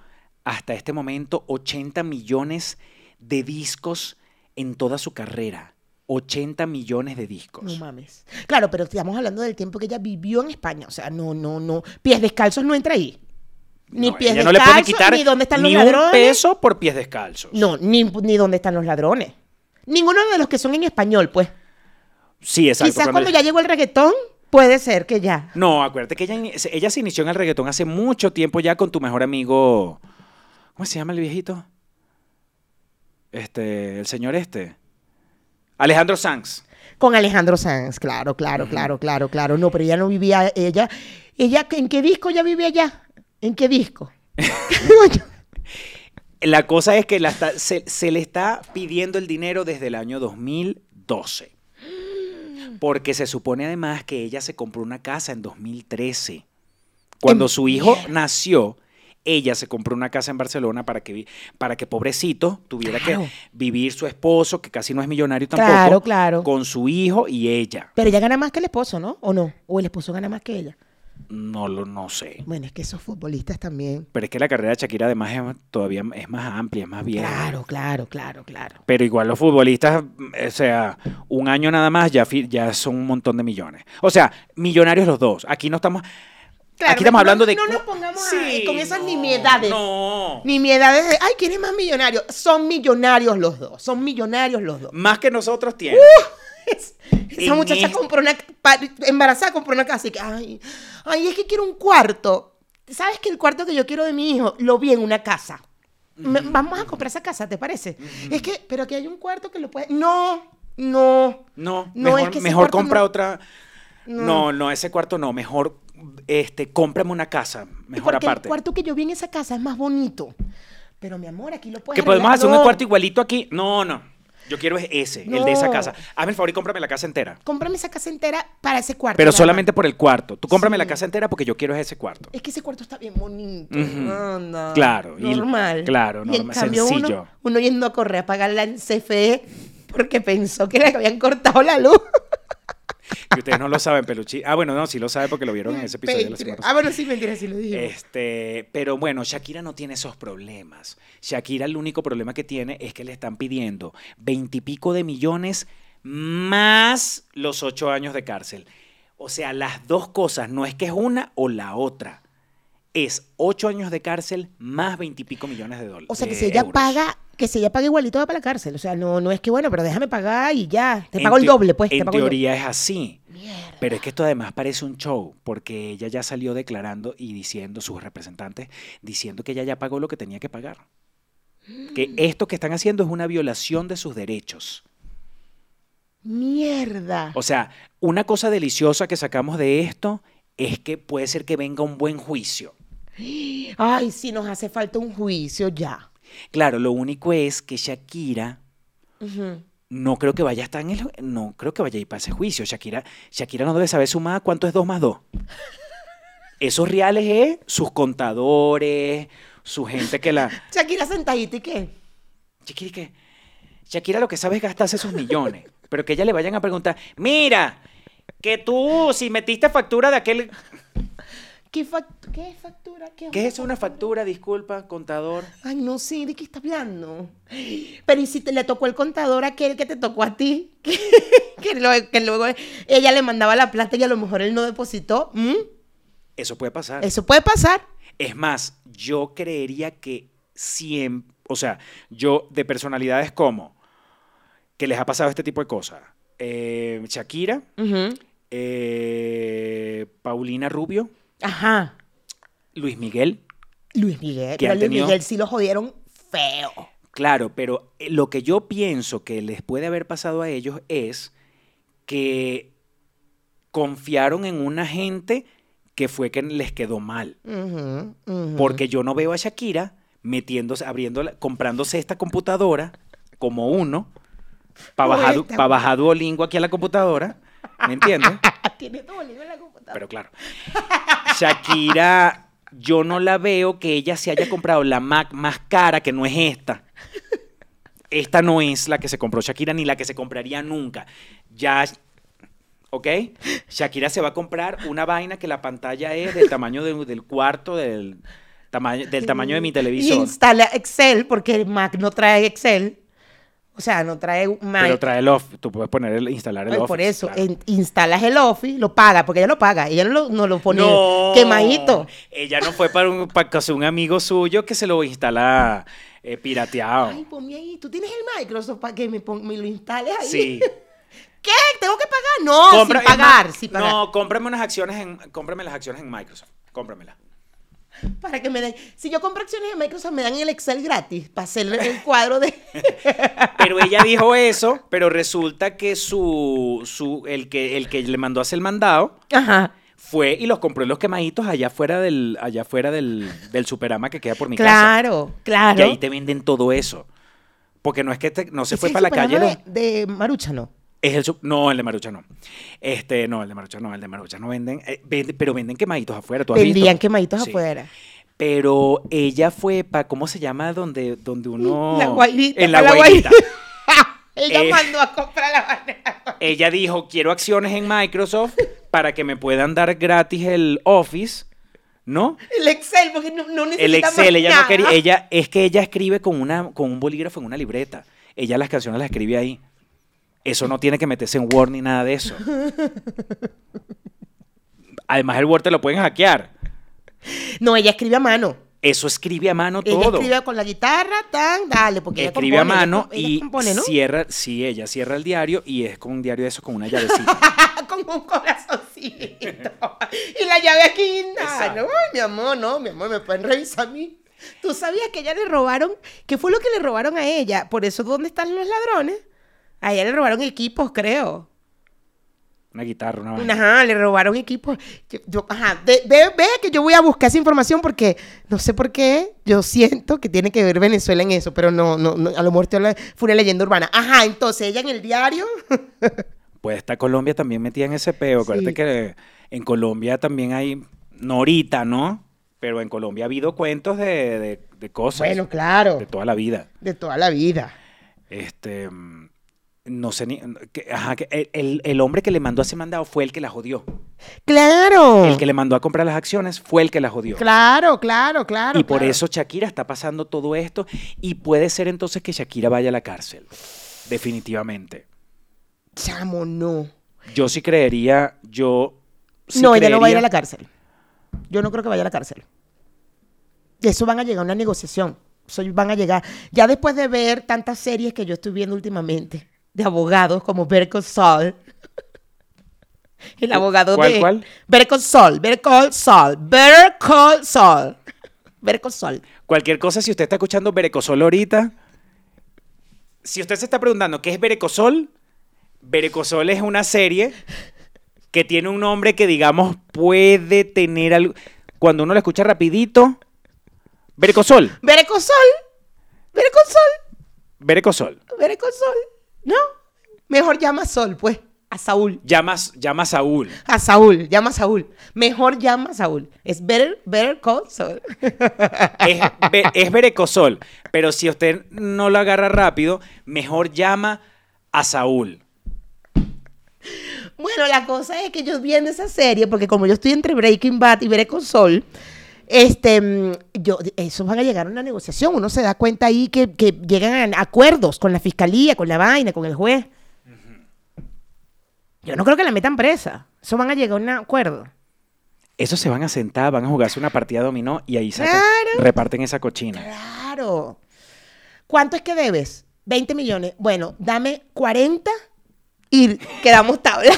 [SPEAKER 2] hasta este momento 80 millones de discos en toda su carrera. 80 millones de discos.
[SPEAKER 1] No mames. Claro, pero estamos hablando del tiempo que ella vivió en España. O sea, no, no, no. Pies descalzos no entra ahí. Ni
[SPEAKER 2] No,
[SPEAKER 1] pies descalzos,
[SPEAKER 2] ella no le puede quitar
[SPEAKER 1] ni dónde están
[SPEAKER 2] ni
[SPEAKER 1] los
[SPEAKER 2] un
[SPEAKER 1] ladrones.
[SPEAKER 2] peso por pies descalzos.
[SPEAKER 1] No, ni, ni dónde están los ladrones. Ninguno de los que son en español, pues.
[SPEAKER 2] Sí, exacto.
[SPEAKER 1] Quizás cuando
[SPEAKER 2] cuando
[SPEAKER 1] ya llegó el reggaetón, puede ser que ya.
[SPEAKER 2] No, acuérdate que ella, ini- ella se inició en el reggaetón hace mucho tiempo ya con tu mejor amigo. ¿Cómo se llama el viejito? Este, el señor este. Alejandro Sanz.
[SPEAKER 1] Con Alejandro Sanz, claro, claro, claro, claro, claro. No, pero ella no vivía, ella, ella, ¿en qué disco ella vivía allá? ¿En qué disco?
[SPEAKER 2] La cosa es que la está- se, se le está pidiendo el dinero desde el año 2012. Porque se supone además que ella se compró una casa en 2013. Cuando su hijo nació, ella se compró una casa en Barcelona para que, vi- para que pobrecito tuviera
[SPEAKER 1] Claro.
[SPEAKER 2] que vivir su esposo, que casi no es millonario tampoco,
[SPEAKER 1] Claro, claro.
[SPEAKER 2] con su hijo y ella.
[SPEAKER 1] Pero ella gana más que el esposo, ¿no? ¿O no? ¿O el esposo gana más que ella?
[SPEAKER 2] No lo no sé.
[SPEAKER 1] Bueno, es que esos futbolistas también.
[SPEAKER 2] Pero es que la carrera de Shakira además es todavía es más amplia, es más vieja.
[SPEAKER 1] Claro, claro, claro, claro.
[SPEAKER 2] Pero igual los futbolistas, mm, o sea, un año nada más ya, fi- ya son un montón de millones. O sea, millonarios los dos. Aquí no estamos. aquí estamos
[SPEAKER 1] no-
[SPEAKER 2] hablando de.
[SPEAKER 1] No
[SPEAKER 2] cu-
[SPEAKER 1] nos pongamos a-
[SPEAKER 2] Sí,
[SPEAKER 1] con esas
[SPEAKER 2] no,
[SPEAKER 1] nimiedades.
[SPEAKER 2] No.
[SPEAKER 1] Nimiedades de, ay, ¿quién es más millonario? Son millonarios los dos, son millonarios los dos.
[SPEAKER 2] Más que nosotros tienen.
[SPEAKER 1] Uh, Esa
[SPEAKER 2] En
[SPEAKER 1] muchacha
[SPEAKER 2] este-
[SPEAKER 1] compró una, pa- embarazada compró una casa y que, ay, ay, es que quiero un cuarto. ¿Sabes que el cuarto que yo quiero de mi hijo lo vi en una casa? Me- Vamos a comprar esa casa, ¿te parece? Es que, pero aquí hay un cuarto que lo puede... No, no.
[SPEAKER 2] No,
[SPEAKER 1] No,
[SPEAKER 2] mejor,
[SPEAKER 1] es que ese
[SPEAKER 2] mejor
[SPEAKER 1] cuarto
[SPEAKER 2] compra
[SPEAKER 1] no-
[SPEAKER 2] otra. No, no, ese cuarto no. Mejor este, cómprame una casa.
[SPEAKER 1] Y
[SPEAKER 2] Mejor
[SPEAKER 1] porque
[SPEAKER 2] aparte.
[SPEAKER 1] el cuarto que yo vi en esa casa es más bonito. Pero mi amor, aquí lo puedes
[SPEAKER 2] Que podemos
[SPEAKER 1] arreglar.
[SPEAKER 2] hacer un
[SPEAKER 1] No,
[SPEAKER 2] cuarto igualito aquí. No, no. Yo quiero es ese, el de esa
[SPEAKER 1] No.
[SPEAKER 2] casa. Hazme el favor y cómprame la casa entera.
[SPEAKER 1] Cómprame esa casa entera para ese cuarto.
[SPEAKER 2] Pero
[SPEAKER 1] nada más.
[SPEAKER 2] solamente por el cuarto. Tú cómprame la
[SPEAKER 1] Sí.
[SPEAKER 2] casa entera porque yo quiero es ese cuarto.
[SPEAKER 1] Es que ese cuarto está bien bonito.
[SPEAKER 2] Ujú.
[SPEAKER 1] Anda.
[SPEAKER 2] Claro, y-
[SPEAKER 1] Normal.
[SPEAKER 2] claro,
[SPEAKER 1] Y en
[SPEAKER 2] normal,
[SPEAKER 1] cambio uno-
[SPEAKER 2] sencillo.
[SPEAKER 1] Uno, yendo a correr a pagar la CFE E porque pensó que le habían cortado la luz.
[SPEAKER 2] Y ustedes no lo saben, Peluchi. Ah, bueno, no, sí lo sabe porque lo vieron en ese episodio de la semana
[SPEAKER 1] Patreon. Ah, bueno, sí, mentira, sí lo dije.
[SPEAKER 2] Este, pero bueno, Shakira no tiene esos problemas. Shakira el único problema que tiene es que le están pidiendo veintipico de millones más los ocho años de cárcel. O sea, las dos cosas, no es que es una o la otra. Es ocho años de cárcel más veintipico millones de dólares.
[SPEAKER 1] O sea, que
[SPEAKER 2] de
[SPEAKER 1] si ella
[SPEAKER 2] euros.
[SPEAKER 1] paga, que si ella paga igualito va para la cárcel. O sea, no, no es que bueno, pero déjame pagar y ya. Te
[SPEAKER 2] En
[SPEAKER 1] pago el
[SPEAKER 2] teo-
[SPEAKER 1] doble, pues. te
[SPEAKER 2] En
[SPEAKER 1] pago el doble.
[SPEAKER 2] teoría es así.
[SPEAKER 1] Mierda.
[SPEAKER 2] Pero es que esto además parece un show, porque ella ya salió declarando y diciendo, sus representantes, diciendo que ella ya pagó lo que tenía que pagar. Que esto que están haciendo es una violación de sus derechos.
[SPEAKER 1] Mierda.
[SPEAKER 2] O sea, una cosa deliciosa que sacamos de esto es que puede ser que venga un buen juicio.
[SPEAKER 1] Ay, sí, nos hace falta un juicio ya.
[SPEAKER 2] Claro, lo único es que Shakira
[SPEAKER 1] Ujú.
[SPEAKER 2] no creo que vaya a estar en el, no creo que vaya a ir para ese juicio. Shakira, Shakira no debe saber sumar cuánto es 2 más 2. Esos reales es sus contadores, su gente que la.
[SPEAKER 1] Shakira sentadita y qué.
[SPEAKER 2] Shakira, ¿qué? Shakira lo que sabe es gastarse esos millones. Pero que ella le vayan a preguntar, mira, que tú, si metiste factura de aquel.
[SPEAKER 1] ¿Qué, fac- qué factura? ¿Qué,
[SPEAKER 2] ¿Qué es una factura? Disculpa, contador.
[SPEAKER 1] Ay, no sé de qué está hablando. Pero ¿y si te le tocó el contador a aquel que te tocó a ti? Que, lo- que luego ella le mandaba la plata y a lo mejor él no depositó. ¿Mm?
[SPEAKER 2] Eso puede pasar.
[SPEAKER 1] Eso puede pasar.
[SPEAKER 2] Es más, yo creería que siempre, o sea, yo de personalidades como que les ha pasado este tipo de cosas. eh, Shakira,
[SPEAKER 1] Ujú.
[SPEAKER 2] eh, Paulina Rubio,
[SPEAKER 1] Ajá.
[SPEAKER 2] Luis Miguel,
[SPEAKER 1] Luis Miguel.
[SPEAKER 2] ¿Qué
[SPEAKER 1] Pero a
[SPEAKER 2] han
[SPEAKER 1] Luis
[SPEAKER 2] tenido?
[SPEAKER 1] Miguel sí lo jodieron feo.
[SPEAKER 2] claro, pero eh, lo que yo pienso que les puede haber pasado a ellos es que confiaron en una gente que fue que les quedó mal.
[SPEAKER 1] Ujú, ujú.
[SPEAKER 2] Porque yo no veo a Shakira metiéndose, abriendo, la- comprándose esta computadora como uno, para bajar, du-
[SPEAKER 1] Vuelta.
[SPEAKER 2] pa' bajar Duolingo aquí a la computadora, ¿me entiendes?
[SPEAKER 1] Ah, Tiene todo el libro en la computadora.
[SPEAKER 2] Pero claro, Shakira, yo no la veo que ella se haya comprado la Mac más cara, que no es esta. Esta no es la que se compró Shakira ni la que se compraría nunca. Ya, ¿ok? Shakira se va a comprar una vaina que la pantalla es del tamaño de- del cuarto del tamaño del tamaño de mi
[SPEAKER 1] Y
[SPEAKER 2] televisor,
[SPEAKER 1] instala Excel porque el Mac no trae Excel. O sea, no trae Mac.
[SPEAKER 2] pero trae el Office. Tú puedes poner el, instalar el
[SPEAKER 1] Ay,
[SPEAKER 2] Office.
[SPEAKER 1] por eso,
[SPEAKER 2] claro.
[SPEAKER 1] en- instalas el Office, lo paga, porque ella lo paga, ella no lo, no lo pone
[SPEAKER 2] No,
[SPEAKER 1] quemadito.
[SPEAKER 2] Ella no fue para un, para casa de un amigo suyo que se lo instala eh, pirateado.
[SPEAKER 1] Ay, ponme ahí, tú tienes el Microsoft para que me, pon- me lo instales ahí.
[SPEAKER 2] Sí.
[SPEAKER 1] ¿Qué? ¿Tengo que pagar? No,
[SPEAKER 2] Compra-
[SPEAKER 1] sin pagar,
[SPEAKER 2] es más,
[SPEAKER 1] sin pagar.
[SPEAKER 2] No, cómprame unas acciones en, cómprame las acciones en Microsoft. Cómpramelas.
[SPEAKER 1] Para que me den. Si yo compro acciones de Microsoft, me dan el Excel gratis para hacer el cuadro de.
[SPEAKER 2] Pero ella dijo eso, pero resulta que su, su el que el que le mandó a hacer el mandado
[SPEAKER 1] Ajá.
[SPEAKER 2] fue y los compró en los quemaditos allá afuera del allá afuera del, del Superama que queda por mi casa.
[SPEAKER 1] Claro, claro.
[SPEAKER 2] Y ahí te venden todo eso. Porque no es que te- no se
[SPEAKER 1] ¿Es
[SPEAKER 2] fue
[SPEAKER 1] el
[SPEAKER 2] para la calle.
[SPEAKER 1] Superama
[SPEAKER 2] ¿no?
[SPEAKER 1] De, de Maruchano.
[SPEAKER 2] Es el su- no, el de Marucha no. Este, no, el de Marucha no, el de Marucha no venden, eh, vende- pero venden quemaditos afuera, ¿tú has visto?
[SPEAKER 1] Vendían quemaditos
[SPEAKER 2] Sí.
[SPEAKER 1] afuera.
[SPEAKER 2] Pero ella fue para ¿cómo se llama donde donde uno
[SPEAKER 1] La guairita.
[SPEAKER 2] en la
[SPEAKER 1] pa'
[SPEAKER 2] guairita?
[SPEAKER 1] Ella
[SPEAKER 2] Eh.
[SPEAKER 1] mandó a comprar la vaina.
[SPEAKER 2] Ella dijo, quiero acciones en Microsoft para que me puedan dar gratis el Office, ¿no?
[SPEAKER 1] El Excel, porque no, no necesita
[SPEAKER 2] El Excel,
[SPEAKER 1] más
[SPEAKER 2] ella no
[SPEAKER 1] nada.
[SPEAKER 2] quería, ella, es que ella escribe con, una, con un bolígrafo en una libreta. Ella las canciones las escribe ahí. Eso no tiene que meterse en Word ni nada de eso. Además, el Word te lo pueden hackear.
[SPEAKER 1] No, ella escribe a mano.
[SPEAKER 2] Eso escribe a mano
[SPEAKER 1] Ella
[SPEAKER 2] todo.
[SPEAKER 1] escribe con la guitarra, tan, dale, porque ella
[SPEAKER 2] escribe a
[SPEAKER 1] compone, ella
[SPEAKER 2] mano
[SPEAKER 1] com- ella
[SPEAKER 2] y
[SPEAKER 1] compone, ¿no?
[SPEAKER 2] cierra, sí, ella cierra el diario y es con un diario de eso, con una llavecita.
[SPEAKER 1] Ah, con un corazoncito. y la llave aquí, nada.
[SPEAKER 2] Exacto.
[SPEAKER 1] No, Ay, mi amor, no, mi amor, me pueden revisar a mí. ¿Tú sabías que ella le robaron? ¿Qué fue lo que le robaron a ella? Por eso, ¿dónde están los ladrones? A ella le robaron equipos, creo.
[SPEAKER 2] Una guitarra, una vaina.
[SPEAKER 1] Ajá, le robaron equipos. Yo- yo- ajá, de- ve, ve que yo voy a buscar esa información porque no sé por qué yo siento que tiene que ver Venezuela en eso, pero no, no, no, a lo mejor estoy habla- fue una leyenda urbana. Ajá, entonces ella en el diario.
[SPEAKER 2] Pues está Colombia también metida en ese peo. Acuérdate
[SPEAKER 1] Sí.
[SPEAKER 2] que en Colombia también hay, no ahorita, ¿no? Pero en Colombia ha habido cuentos de, de- de cosas
[SPEAKER 1] Bueno, claro,
[SPEAKER 2] de toda la vida.
[SPEAKER 1] de toda la vida.
[SPEAKER 2] Este, mm, no sé ni, que- ajá, que el, el- el hombre que le mandó a ese mandado fue el que la jodió.
[SPEAKER 1] Claro.
[SPEAKER 2] El que le mandó a comprar las acciones fue el que la jodió.
[SPEAKER 1] Claro, claro, claro.
[SPEAKER 2] y por
[SPEAKER 1] claro.
[SPEAKER 2] eso Shakira está pasando todo esto y puede ser entonces que Shakira vaya a la cárcel. Definitivamente.
[SPEAKER 1] Chamo, no.
[SPEAKER 2] Yo sí creería, yo sí
[SPEAKER 1] no, ella no va a ir a
[SPEAKER 2] creería-
[SPEAKER 1] la cárcel. Yo no creo que vaya a la cárcel. De eso van a llegar a una negociación. Eso van a llegar. Ya después de ver tantas series que yo estoy viendo últimamente de abogados como Berco Sol. El abogado
[SPEAKER 2] ¿Cuál,
[SPEAKER 1] de.
[SPEAKER 2] cuál?
[SPEAKER 1] Berco Sol. Berco Sol. Berco Sol. Berco Sol.
[SPEAKER 2] Cualquier cosa, si usted está escuchando Berecosol ahorita, si usted se está preguntando qué es Berecosol, Berecosol es una serie que tiene un nombre que, digamos, puede tener algo. Cuando uno lo escucha rapidito, Berecosol,
[SPEAKER 1] Berco Sol. Berco Sol.
[SPEAKER 2] Berecosol.
[SPEAKER 1] Berco Sol. ¿No? Mejor llama a Sol, pues. A Saúl.
[SPEAKER 2] Llama, a- llama a Saúl.
[SPEAKER 1] A Saúl, llama a Saúl. Mejor llama a Saúl. Es better, better call Saul.
[SPEAKER 2] Es, be- es Berecosol. Pero si usted no lo agarra rápido, mejor llama a Saúl.
[SPEAKER 1] Bueno, la cosa es que yo viendo esa serie, porque como yo estoy entre Breaking Bad y Better Call Saul, este, mm, yo, esos van a llegar a una negociación. Uno se da cuenta ahí que, que llegan a acuerdos con la fiscalía, con la vaina, con el juez. Yo no creo que la metan presa. Eso van a llegar a un acuerdo.
[SPEAKER 2] Esos se van a sentar, van a jugarse una partida dominó y ahí sacan-
[SPEAKER 1] Claro.
[SPEAKER 2] reparten esa cochina.
[SPEAKER 1] Claro. ¿Cuánto es que debes? 20 millones. Bueno, dame 40 y quedamos tabla.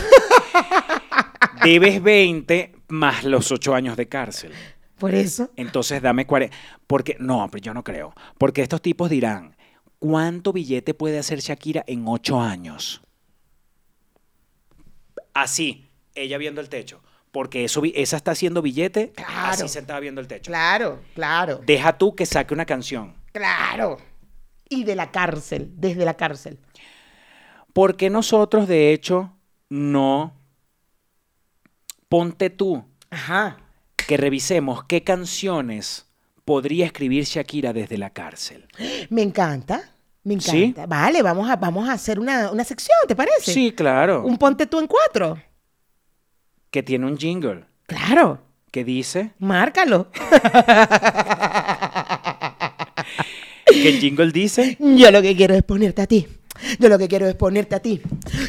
[SPEAKER 2] Debes 20 más los 8 años de cárcel.
[SPEAKER 1] Por eso.
[SPEAKER 2] Entonces dame 40. Porque, no, pero yo no creo. Porque estos tipos dirán, ¿cuánto billete puede hacer Shakira en 8 años? Así, ella viendo el techo. Porque eso, vi- esa está haciendo billete,
[SPEAKER 1] Claro.
[SPEAKER 2] así sentada viendo el techo.
[SPEAKER 1] Claro, claro,
[SPEAKER 2] Deja tú que saque una canción.
[SPEAKER 1] claro. Y de la cárcel, desde la cárcel.
[SPEAKER 2] Porque nosotros, de hecho, no... Ponte tú,
[SPEAKER 1] Ajá.
[SPEAKER 2] que revisemos qué canciones podría escribir Shakira desde la cárcel.
[SPEAKER 1] Me encanta, me encanta.
[SPEAKER 2] ¿Sí?
[SPEAKER 1] Vale, vamos a, vamos a hacer una, una sección, ¿te parece?
[SPEAKER 2] Sí, claro.
[SPEAKER 1] Un ponte tú en cuatro.
[SPEAKER 2] Que tiene un jingle
[SPEAKER 1] Claro,
[SPEAKER 2] que dice,
[SPEAKER 1] márcalo.
[SPEAKER 2] que el jingle dice,
[SPEAKER 1] Yo lo que quiero es ponerte a ti. Yo lo que quiero es ponerte a ti.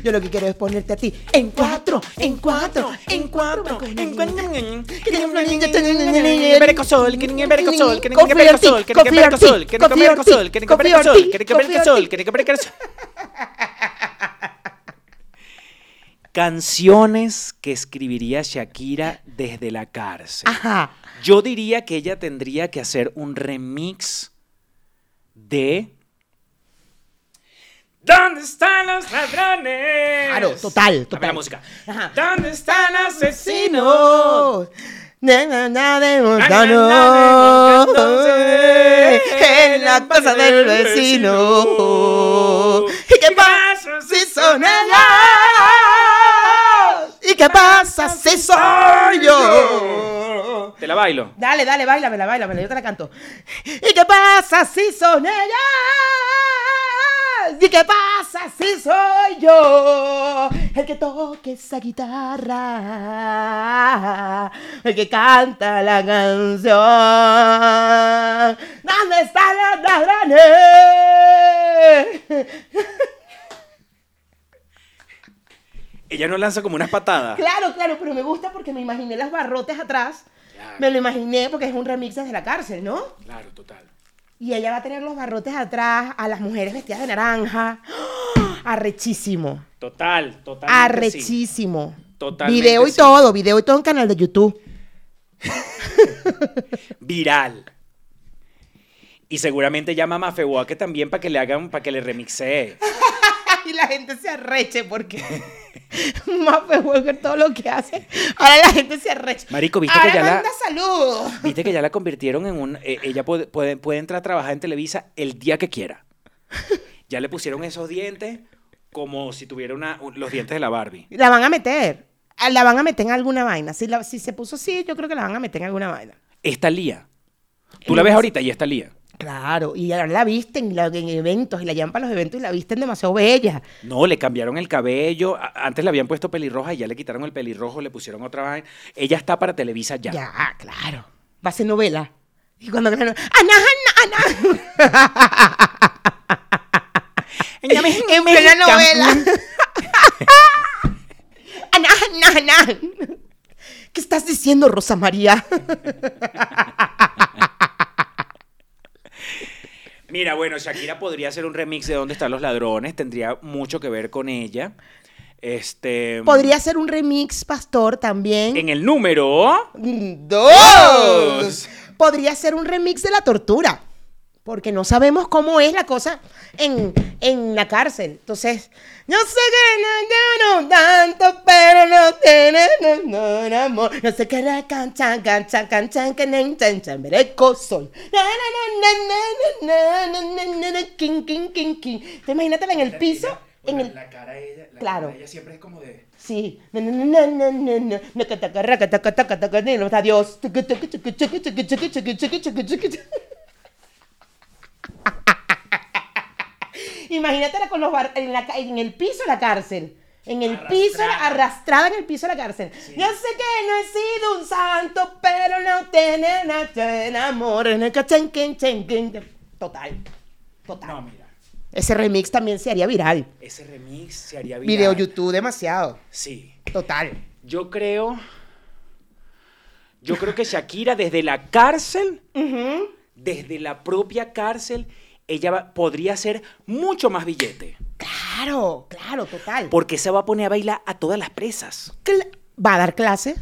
[SPEAKER 1] Yo lo que quiero es ponerte a ti. En cuatro, en cuatro, en cuatro, en cuatro.
[SPEAKER 2] Berecosol, que ni Berecosol, que ni Berecosol, que ni Berecosol, que ni Berecosol, que ni Berecosol, que ni Berecosol, que ni Berecosol. Canciones que escribiría Shakira desde la cárcel.
[SPEAKER 1] Ajá.
[SPEAKER 2] Yo diría que ella tendría que hacer un remix de. ¿Dónde están los ladrones?
[SPEAKER 1] Claro, total,
[SPEAKER 2] Dame la
[SPEAKER 1] total.
[SPEAKER 2] música.
[SPEAKER 1] Ajá.
[SPEAKER 2] ¿Dónde están asesinos?
[SPEAKER 1] Asesinos. Na, na, na, de
[SPEAKER 2] Na, na, na, de
[SPEAKER 1] montanos.
[SPEAKER 2] montanos.
[SPEAKER 1] En la casa del vecino. ¿Y qué pasa si son ellos? ¿Y qué pasa si soy yo?
[SPEAKER 2] Te la bailo.
[SPEAKER 1] Dale, dale, bailamela, bailamela, yo te la canto. ¿Y qué pasa si son ellas? ¿Y qué pasa si soy yo? El que toque esa guitarra, el que canta la canción. ¿Dónde están los ladrones?
[SPEAKER 2] Ella no lanza como unas patadas.
[SPEAKER 1] Claro, claro, pero me gusta porque me imaginé las barrotes atrás.
[SPEAKER 2] Claro.
[SPEAKER 1] Me lo imaginé porque es un remix desde la cárcel, ¿no?
[SPEAKER 2] Claro, total.
[SPEAKER 1] Y ella va a tener los barrotes atrás, a las mujeres vestidas de naranja. ¡Ah! Arrechísimo.
[SPEAKER 2] Total, total.
[SPEAKER 1] Arrechísimo.
[SPEAKER 2] Totalmente
[SPEAKER 1] Video y
[SPEAKER 2] sí.
[SPEAKER 1] todo, video y todo en canal de YouTube.
[SPEAKER 2] Viral. Y seguramente llama a Mafeboa que también para que le hagan, para que le remixee.
[SPEAKER 1] Y la gente se arreche porque Maffe Walker todo lo que hace. Ahora la gente se arreche.
[SPEAKER 2] Marico, viste
[SPEAKER 1] Ahora
[SPEAKER 2] que ya la-
[SPEAKER 1] manda saludos.
[SPEAKER 2] Viste que ya la convirtieron en un. eh, ella puede, puede- puede entrar a trabajar en Televisa el día que quiera. Ya le pusieron esos dientes como si tuviera una- un- los dientes de la Barbie.
[SPEAKER 1] La van a meter. Ah, La van a meter en alguna vaina. Si, la- si se puso así, yo creo que la van a meter en alguna vaina.
[SPEAKER 2] Está Lía. Tú la ves ahorita y está Lía.
[SPEAKER 1] Claro, y ahora la visten la- en eventos y la llaman para los eventos y la visten demasiado bella.
[SPEAKER 2] No, le cambiaron el cabello. A- Antes le habían puesto pelirroja y ya le quitaron el pelirrojo, le pusieron otra vaina. Ella está para Televisa ya.
[SPEAKER 1] Ya, claro. Va a ser novela. Y cuando ¡Ana, Ana, Ana!
[SPEAKER 2] Ella me-
[SPEAKER 1] en plena novela. ¡Ana, Ana, Ana! ¿Qué estás diciendo, Rosa María?
[SPEAKER 2] Mira, bueno, Shakira podría hacer un remix de Dónde están los ladrones. Tendría mucho que ver con ella. Este.
[SPEAKER 1] Podría ser un remix, Pastor, también.
[SPEAKER 2] En el número.
[SPEAKER 1] ¡Dos! Podría ser un remix de la tortura. Porque no sabemos cómo es la cosa en, en la cárcel. Entonces, yo sé que no, yo no tanto, pero no tiene ningún amor. No sé qué la cancha, cancha, cancha, que nen, chan, chan, mereco soy. Na, na, na, na, na, na, na, na, na, kin, kin, kin, kin. Entonces, imagínatela en el piso, en el
[SPEAKER 2] cara de ella.
[SPEAKER 1] Claro. cara de ella
[SPEAKER 2] siempre es como de.
[SPEAKER 1] Sí. Na, na, na, na, na, na, na. Naca, taca, raca, taca, taca, taca, ni los adiós. Tucu, tucu, tucu, tucu, tucu, tucu, tucu, tucu, tucu, tucu, tucu. Imagínatela con los bar- en, la ca- en el piso de la cárcel. En el piso, arrastrada en el piso de la cárcel. Yo sé que no he sido un santo, pero no tener amor. Naca, chen, chen, chen, chen. Total. Total.
[SPEAKER 2] No, mira.
[SPEAKER 1] Ese remix también se haría viral.
[SPEAKER 2] Ese remix se haría viral.
[SPEAKER 1] Video YouTube demasiado.
[SPEAKER 2] Sí.
[SPEAKER 1] Total.
[SPEAKER 2] Yo creo. Yo creo que Shakira desde la cárcel, ¿Mm? desde la propia cárcel, ella va- podría hacer mucho más billete.
[SPEAKER 1] Claro, claro, total.
[SPEAKER 2] Porque se va a poner a bailar a todas las presas.
[SPEAKER 1] Cla- va a dar clases.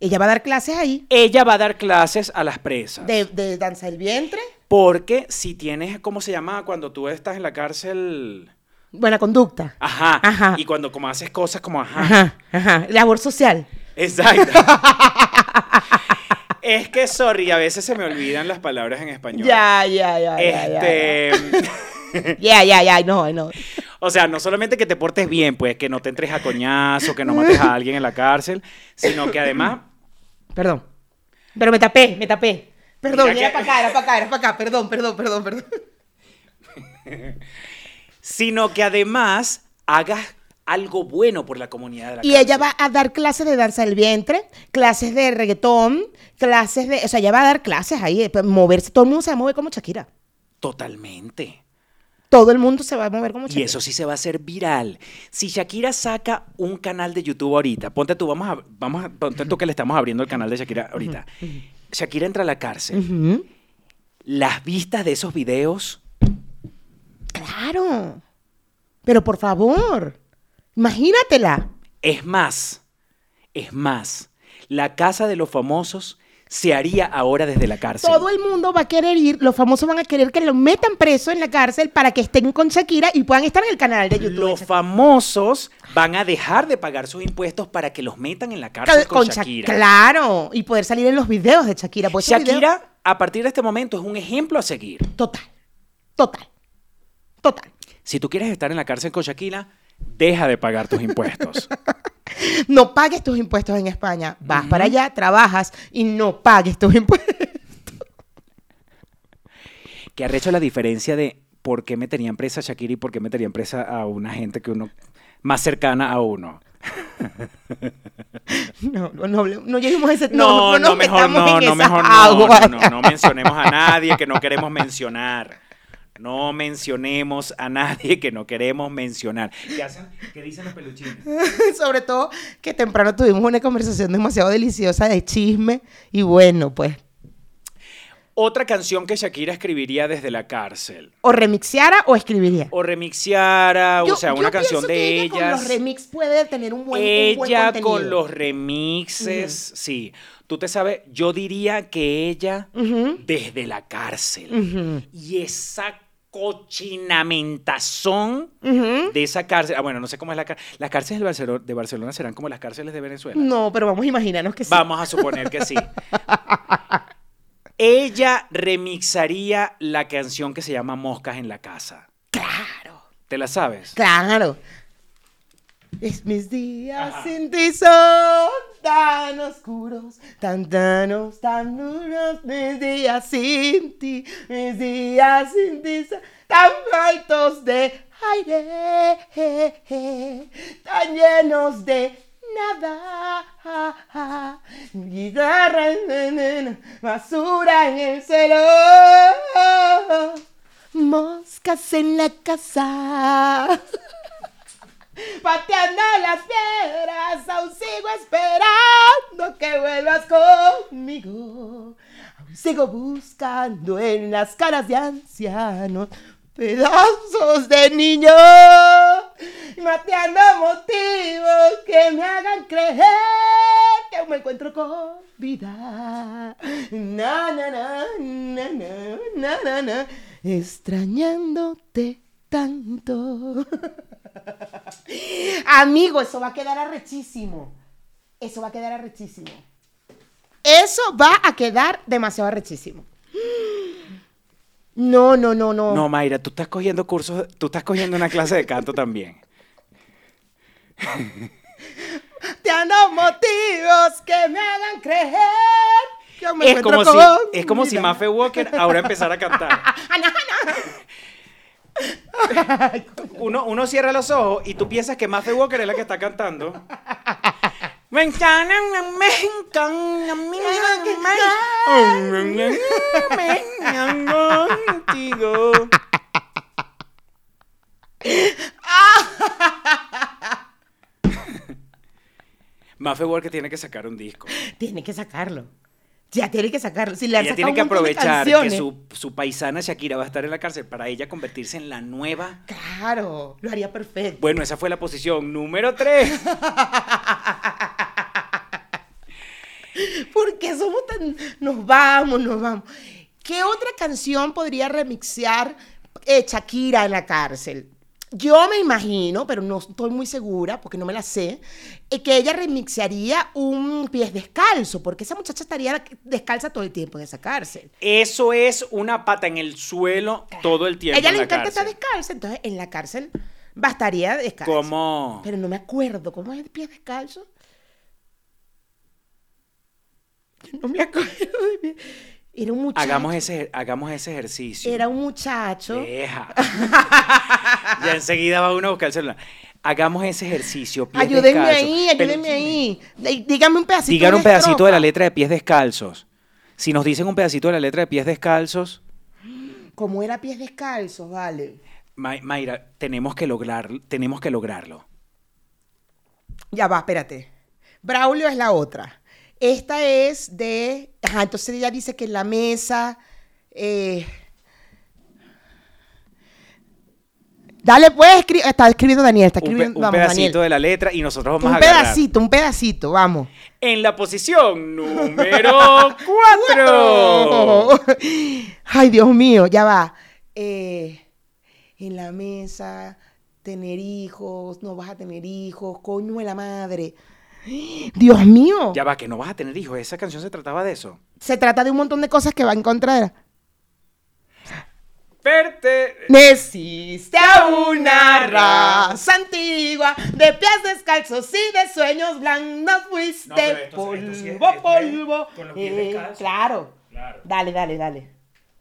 [SPEAKER 1] Ella va a dar clases ahí
[SPEAKER 2] Ella va a dar clases a las presas.
[SPEAKER 1] de, de danza del vientre,
[SPEAKER 2] Porque si tienes, ¿cómo se llama? Cuando tú estás en la cárcel.
[SPEAKER 1] buena conducta.
[SPEAKER 2] Ajá.
[SPEAKER 1] Ajá.
[SPEAKER 2] Y cuando como haces cosas como ajá.
[SPEAKER 1] Ajá, ajá. Labor social.
[SPEAKER 2] Exacto. es que, sorry, a veces se me olvidan las palabras en español.
[SPEAKER 1] Ya, ya, ya. ya, ya,
[SPEAKER 2] Este.
[SPEAKER 1] Ya, ya, ya, ya, no, no.
[SPEAKER 2] O sea, no solamente que te portes bien, pues que no te entres a coñazo, que no mates a alguien en la cárcel, sino que además.
[SPEAKER 1] Perdón. Pero me tapé, me tapé. Perdón,
[SPEAKER 2] Mira
[SPEAKER 1] era para
[SPEAKER 2] que-
[SPEAKER 1] acá, era para acá, era para acá. Perdón, perdón, perdón, perdón.
[SPEAKER 2] Sino que además hagas algo bueno por la comunidad de la
[SPEAKER 1] Y
[SPEAKER 2] cárcel.
[SPEAKER 1] ella va a dar clases de danza del vientre, clases de reggaetón, clases de. O sea, ella va a dar clases ahí, eh, moverse. Todo el mundo se va a mover como Shakira.
[SPEAKER 2] Totalmente.
[SPEAKER 1] Todo el mundo se va a mover como Shakira.
[SPEAKER 2] Y eso sí se va a hacer viral. Si Shakira saca un canal de YouTube ahorita, ponte tú, vamos a, vamos a- ponte tú que le estamos abriendo el canal de Shakira ahorita. Shakira entra a la cárcel.
[SPEAKER 1] Ujú.
[SPEAKER 2] Las vistas de esos videos,
[SPEAKER 1] Claro. Pero por favor, imagínatela.
[SPEAKER 2] Es más, es más, la casa de los famosos se haría ahora desde la cárcel.
[SPEAKER 1] Todo el mundo va a querer ir, los famosos van a querer que lo metan preso en la cárcel para que estén con Shakira y puedan estar en el canal de YouTube.
[SPEAKER 2] Los famosos van a dejar de pagar sus impuestos para que los metan en la cárcel con,
[SPEAKER 1] Shak-
[SPEAKER 2] Shakira.
[SPEAKER 1] Claro, y poder salir en los videos de Shakira. pues esos videos-
[SPEAKER 2] Shakira, a partir de este momento, es un ejemplo a seguir.
[SPEAKER 1] Total, total, total.
[SPEAKER 2] Si tú quieres estar en la cárcel con Shakira, deja de pagar tus impuestos.
[SPEAKER 1] No pagues tus impuestos en España. Vas para allá, trabajas y no pagues tus impuestos.
[SPEAKER 2] que ha hecho la diferencia de por qué me tenían presa a Shakira y por qué me tenían presa a una gente que uno más cercana a uno.
[SPEAKER 1] No, no, no, hable- no lleguemos a ese
[SPEAKER 2] No, no,
[SPEAKER 1] nos
[SPEAKER 2] mejor
[SPEAKER 1] metamos
[SPEAKER 2] no,
[SPEAKER 1] en
[SPEAKER 2] no,
[SPEAKER 1] esas
[SPEAKER 2] mejor no, no,
[SPEAKER 1] aguas.
[SPEAKER 2] no, no mencionemos a nadie que no queremos mencionar. No mencionemos a nadie que no queremos mencionar. ¿Qué, hacen? ¿Qué dicen los peluchines?
[SPEAKER 1] Sobre todo que temprano tuvimos una conversación demasiado deliciosa de chisme y bueno, pues,
[SPEAKER 2] Otra canción que Shakira escribiría desde la cárcel.
[SPEAKER 1] o remixeara o escribiría.
[SPEAKER 2] O remixiara,
[SPEAKER 1] Yo-
[SPEAKER 2] o sea,
[SPEAKER 1] yo
[SPEAKER 2] una canción
[SPEAKER 1] pienso
[SPEAKER 2] de
[SPEAKER 1] que ella
[SPEAKER 2] ellas.
[SPEAKER 1] Con los remix puede tener un buen, un buen
[SPEAKER 2] ella
[SPEAKER 1] contenido.
[SPEAKER 2] con los remixes, sí. Tú te sabes, yo diría que ella
[SPEAKER 1] Ujú.
[SPEAKER 2] desde la cárcel.
[SPEAKER 1] Ujú.
[SPEAKER 2] Y esa cochinamentación
[SPEAKER 1] Ujú.
[SPEAKER 2] de esa cárcel. Ah, bueno, no sé cómo es la cárcel. Las cárceles de Barcelona, de Barcelona serán como las cárceles de Venezuela.
[SPEAKER 1] No, pero vamos a imaginarnos que sí.
[SPEAKER 2] Vamos a suponer que sí. Ella remixaría la canción que se llama Moscas en la casa.
[SPEAKER 1] Claro.
[SPEAKER 2] ¿Te la sabes?
[SPEAKER 1] Claro. Es mis días sin ti son tan oscuros, tan tanos, tan duros. Mis días sin ti, mis días sin ti son tan altos de aire, tan llenos de nada. Guitarra en veneno, basura en el suelo. Moscas en la casa. Pateando las piedras, aún sigo esperando que vuelvas conmigo. Aún sigo buscando en las caras de ancianos pedazos de niño. Mateando motivos que me hagan creer que aún me encuentro con vida. Na, na, na, na, na, na, na, na. Extrañándote tanto. Amigo, eso va a quedar arrechísimo. Eso va a quedar arrechísimo. Eso va a quedar demasiado arrechísimo. No, no, no, no.
[SPEAKER 2] No, Mayra, tú estás cogiendo cursos, tú estás cogiendo una clase de canto también.
[SPEAKER 1] Te han dado motivos que me hagan creer que aún me
[SPEAKER 2] es
[SPEAKER 1] encuentro
[SPEAKER 2] como si,
[SPEAKER 1] con
[SPEAKER 2] es como si
[SPEAKER 1] vida. Ah,
[SPEAKER 2] Mafe Walker ahora empezara a cantar. Uno, uno cierra los ojos y tú piensas que Mafe Walker es la que está cantando. Me encanta, me encanta, me encanta, me encanta contigo. Mafe Walker tiene que sacar un disco.
[SPEAKER 1] Tiene que sacarlo. Ya tiene que sacarlo. Si le han
[SPEAKER 2] Ella
[SPEAKER 1] sacado
[SPEAKER 2] tiene
[SPEAKER 1] un
[SPEAKER 2] que
[SPEAKER 1] montón de
[SPEAKER 2] aprovechar que
[SPEAKER 1] canciones.
[SPEAKER 2] su, su paisana Shakira va a estar en la cárcel para ella convertirse en la nueva.
[SPEAKER 1] Claro, lo haría perfecto.
[SPEAKER 2] Bueno, esa fue la posición número 3.
[SPEAKER 1] ¿Por qué somos tan... Nos vamos, nos vamos. ¿Qué otra canción podría remixear eh, Shakira en la cárcel? Yo me imagino, pero no estoy muy segura porque no me la sé, eh, que ella remixearía un pies descalzo, porque esa muchacha estaría descalza todo el tiempo en esa cárcel.
[SPEAKER 2] Eso es una pata en el suelo todo el tiempo.
[SPEAKER 1] ella
[SPEAKER 2] en
[SPEAKER 1] le
[SPEAKER 2] la
[SPEAKER 1] encanta estar
[SPEAKER 2] cárcel.
[SPEAKER 1] descalza, entonces en la cárcel bastaría descalza.
[SPEAKER 2] ¿Cómo?
[SPEAKER 1] Pero no me acuerdo, ¿cómo es el pie descalzo? Yo no me acuerdo de pie. Era un muchacho.
[SPEAKER 2] Hagamos ese, hagamos ese ejercicio. Eh,
[SPEAKER 1] Era un muchacho.
[SPEAKER 2] Deja. ya enseguida va uno a buscar el celular. Hagamos ese ejercicio. pies
[SPEAKER 1] ayúdenme
[SPEAKER 2] descalzos.
[SPEAKER 1] ahí, ayúdenme
[SPEAKER 2] Peluchines.
[SPEAKER 1] ahí. Dí- Dígame un pedacito.
[SPEAKER 2] Digan un
[SPEAKER 1] una
[SPEAKER 2] pedacito de la
[SPEAKER 1] estrofa.
[SPEAKER 2] letra de pies descalzos. Si nos dicen un pedacito de la letra de pies descalzos,
[SPEAKER 1] Como era pies descalzos, vale.
[SPEAKER 2] Ma- Mayra, tenemos que lograr, tenemos que lograrlo.
[SPEAKER 1] Ya va, espérate. Braulio es la otra. Esta es de. Ajá, entonces ella dice que en la mesa. eh, Dale, pues, escri- está escribiendo Daniel, está
[SPEAKER 2] Un, pe-
[SPEAKER 1] escribiendo,
[SPEAKER 2] un
[SPEAKER 1] vamos,
[SPEAKER 2] pedacito
[SPEAKER 1] Daniel.
[SPEAKER 2] de la letra y nosotros vamos
[SPEAKER 1] Un
[SPEAKER 2] a agarrar.
[SPEAKER 1] pedacito, un pedacito, vamos.
[SPEAKER 2] En la posición número 4.
[SPEAKER 1] Ay, Dios mío, ya va. Eh, en la mesa, tener hijos, no vas a tener hijos, coño de la madre. Dios mío.
[SPEAKER 2] Ya va, que no vas a tener hijos. Esa canción se trataba de eso.
[SPEAKER 1] Se trata de un montón de cosas que va en contra de la-
[SPEAKER 3] Eh.
[SPEAKER 2] Verte.
[SPEAKER 1] Naciste a una raza antigua, de pies descalzos y de sueños blandos fuiste
[SPEAKER 3] No, pero esto-
[SPEAKER 1] polvo,
[SPEAKER 3] esto sí es- esto es
[SPEAKER 1] polvo.
[SPEAKER 3] con los pies
[SPEAKER 1] Eh,
[SPEAKER 3] descalzos.
[SPEAKER 1] claro.
[SPEAKER 3] Claro.
[SPEAKER 1] Dale, dale, dale.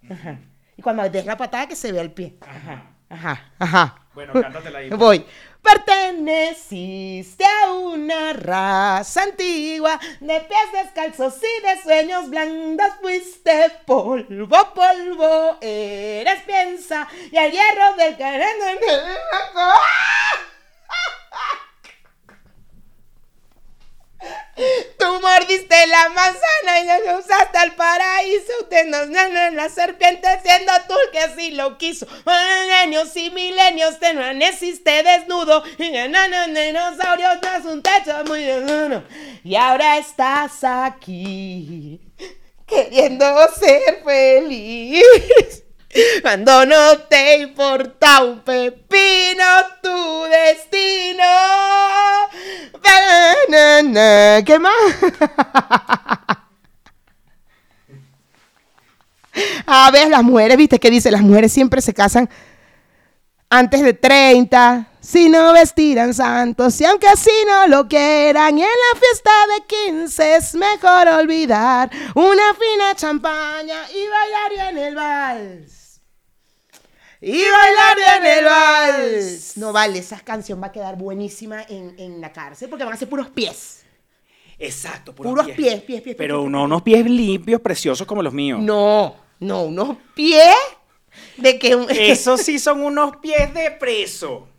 [SPEAKER 1] Ajá. Y cuando des la patada que se vea el pie. Ajá, ajá, ajá.
[SPEAKER 3] Bueno, cántatela ahí.
[SPEAKER 1] Voy. Perteneciste a una raza antigua, de pies descalzos y de sueños blandos fuiste polvo, polvo, eres piensa, y al hierro del careno Tú mordiste la manzana y la usaste al paraíso. Usted nos en la serpiente siendo tú el que así lo quiso. Años y milenios te naciste desnudo. Y ganaron dinosaurios tras un techo muy duro. Y ahora estás aquí queriendo ser feliz. Cuando no te importa un pepino tu destino. Banana. ¿Qué más? A ver, Ah, las mujeres, ¿viste qué dice? Las mujeres siempre se casan antes de 30. Si no vestirán santos, y aunque así no lo quieran, y en la fiesta de 15 es mejor olvidar una fina champaña y bailar en el vals. Y bailar en el vals. No vale, esa canción va a quedar buenísima en, en la cárcel porque van a ser puros pies.
[SPEAKER 2] Exacto,
[SPEAKER 1] Puros pies, pies, pies, pies,
[SPEAKER 2] Pero
[SPEAKER 1] pies,
[SPEAKER 2] no unos pies limpios, preciosos como los míos.
[SPEAKER 1] No, no, unos pies de que un-
[SPEAKER 2] Esos sí son unos pies de preso.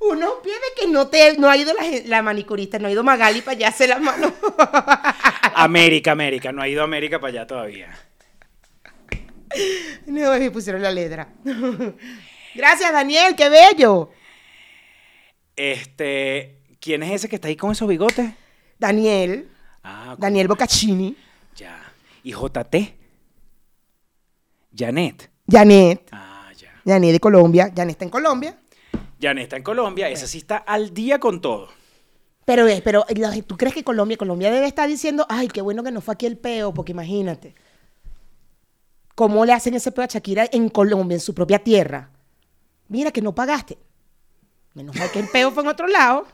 [SPEAKER 1] Uno pies de que no te no ha ido la, gen- la manicurista, no ha ido Magali para allá hacer la mano.
[SPEAKER 2] América, América. No ha ido a América para allá todavía.
[SPEAKER 1] No, me pusieron la letra. Gracias, Daniel, qué bello.
[SPEAKER 2] Este. ¿Quién es ese que está ahí con esos bigotes?
[SPEAKER 1] Daniel,
[SPEAKER 2] Ah, con-
[SPEAKER 1] Daniel Bocaccini,
[SPEAKER 2] ya. ¿Y JT? Janet.
[SPEAKER 1] Janet,
[SPEAKER 2] Ah, ya.
[SPEAKER 1] Janet de Colombia, Janet está en Colombia.
[SPEAKER 2] Janet está en Colombia. Esa sí está al día con todo.
[SPEAKER 1] Pero es, pero eh, la- tú crees que Colombia, Colombia debe estar diciendo, ay, qué bueno que no fue aquí el peo, porque imagínate. ¿Cómo le hacen ese peo a Shakira en Colombia, en su propia tierra? Mira que no pagaste. Menos mal que el peo fue en otro lado.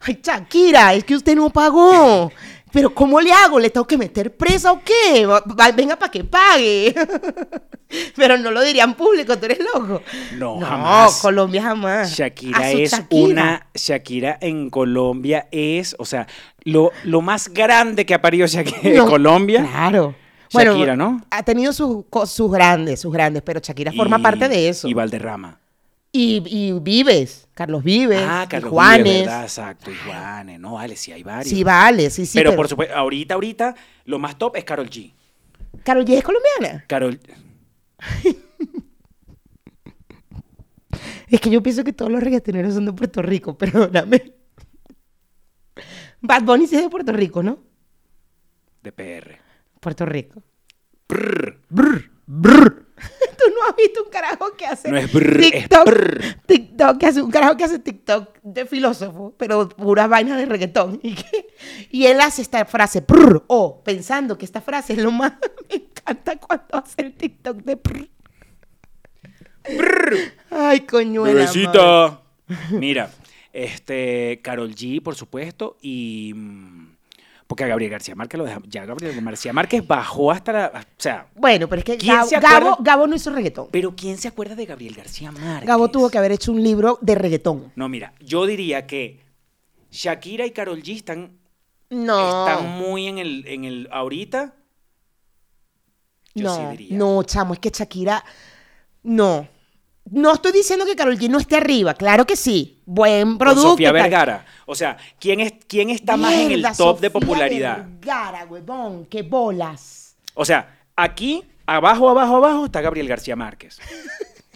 [SPEAKER 1] Ay, Shakira, es que usted no pagó. Pero ¿cómo le hago? ¿Le tengo que meter presa o qué? Va- va- venga para que pague. Pero no lo dirían público, tú eres loco.
[SPEAKER 2] No, jamás.
[SPEAKER 1] Colombia jamás.
[SPEAKER 2] Shakira
[SPEAKER 1] Ah, A su
[SPEAKER 2] es
[SPEAKER 1] Shakira.
[SPEAKER 2] una. Shakira en Colombia es, o sea, lo, lo más grande que ha parido Shakira en
[SPEAKER 1] No,
[SPEAKER 2] Colombia.
[SPEAKER 1] Claro.
[SPEAKER 2] Shakira, ¿no?
[SPEAKER 1] Ha tenido sus, co- sus grandes, sus grandes, pero Shakira forma
[SPEAKER 2] Y-
[SPEAKER 1] parte de eso.
[SPEAKER 2] Y
[SPEAKER 1] Y,
[SPEAKER 2] Valderrama.
[SPEAKER 1] y Vives, Carlos Vives,
[SPEAKER 2] Ah,
[SPEAKER 1] Pues,
[SPEAKER 2] Carlos
[SPEAKER 1] y Juanes.
[SPEAKER 2] Vives, ¿verdad? Exacto, y Juanes. No, vale, sí hay varios.
[SPEAKER 1] sí, vale, sí, sí.
[SPEAKER 2] pero, por supuesto, ahorita, ahorita, lo más top es Carol G.
[SPEAKER 1] Carol G es colombiana.
[SPEAKER 2] Carol.
[SPEAKER 1] Es que yo pienso que todos los reggaetoneros son de Puerto Rico, perdóname. Bad Bunny sí es de Puerto Rico, ¿no?
[SPEAKER 2] de PR.
[SPEAKER 1] Puerto Rico. Tú no has visto un carajo que hace
[SPEAKER 2] No es brr, es
[SPEAKER 1] TikTok,
[SPEAKER 2] prr.
[SPEAKER 1] TikTok, que hace un carajo que hace TikTok de filósofo, pero puras vainas de reggaetón. Y, que- y él hace esta frase, prr, o pensando que esta frase es lo más... Me encanta cuando hace el TikTok de prr. Ay, coñuela. madre.
[SPEAKER 2] Bebecita. Mira, este, Carol G, por supuesto, y. mm, Porque a Gabriel García Márquez lo deja- Ya Gabriel García Márquez bajó hasta la. O sea,
[SPEAKER 1] Bueno, pero es que
[SPEAKER 2] ¿Quién
[SPEAKER 1] Gabo,
[SPEAKER 2] se acuerda?
[SPEAKER 1] Gabo, Gabo no hizo reggaetón.
[SPEAKER 2] pero ¿quién se acuerda de Gabriel García Márquez?
[SPEAKER 1] Gabo tuvo que haber hecho un libro de reggaetón.
[SPEAKER 2] No, mira, yo diría que Shakira y Carol G están,
[SPEAKER 1] No.
[SPEAKER 2] están muy en el, en el. Ahorita. Yo
[SPEAKER 1] no,
[SPEAKER 2] sí diría.
[SPEAKER 1] no, chamo, es que Shakira, no. No estoy diciendo que Carol G no esté arriba, claro que sí. Buen
[SPEAKER 2] Con
[SPEAKER 1] producto.
[SPEAKER 2] Sofía
[SPEAKER 1] tal.
[SPEAKER 2] Vergara. O sea, ¿quién, es, quién está más en el
[SPEAKER 1] Mierda,
[SPEAKER 2] top de
[SPEAKER 1] Sofía
[SPEAKER 2] popularidad?
[SPEAKER 1] Vergara, huevón, qué bolas.
[SPEAKER 2] O sea, aquí, abajo, abajo, abajo está Gabriel García Márquez.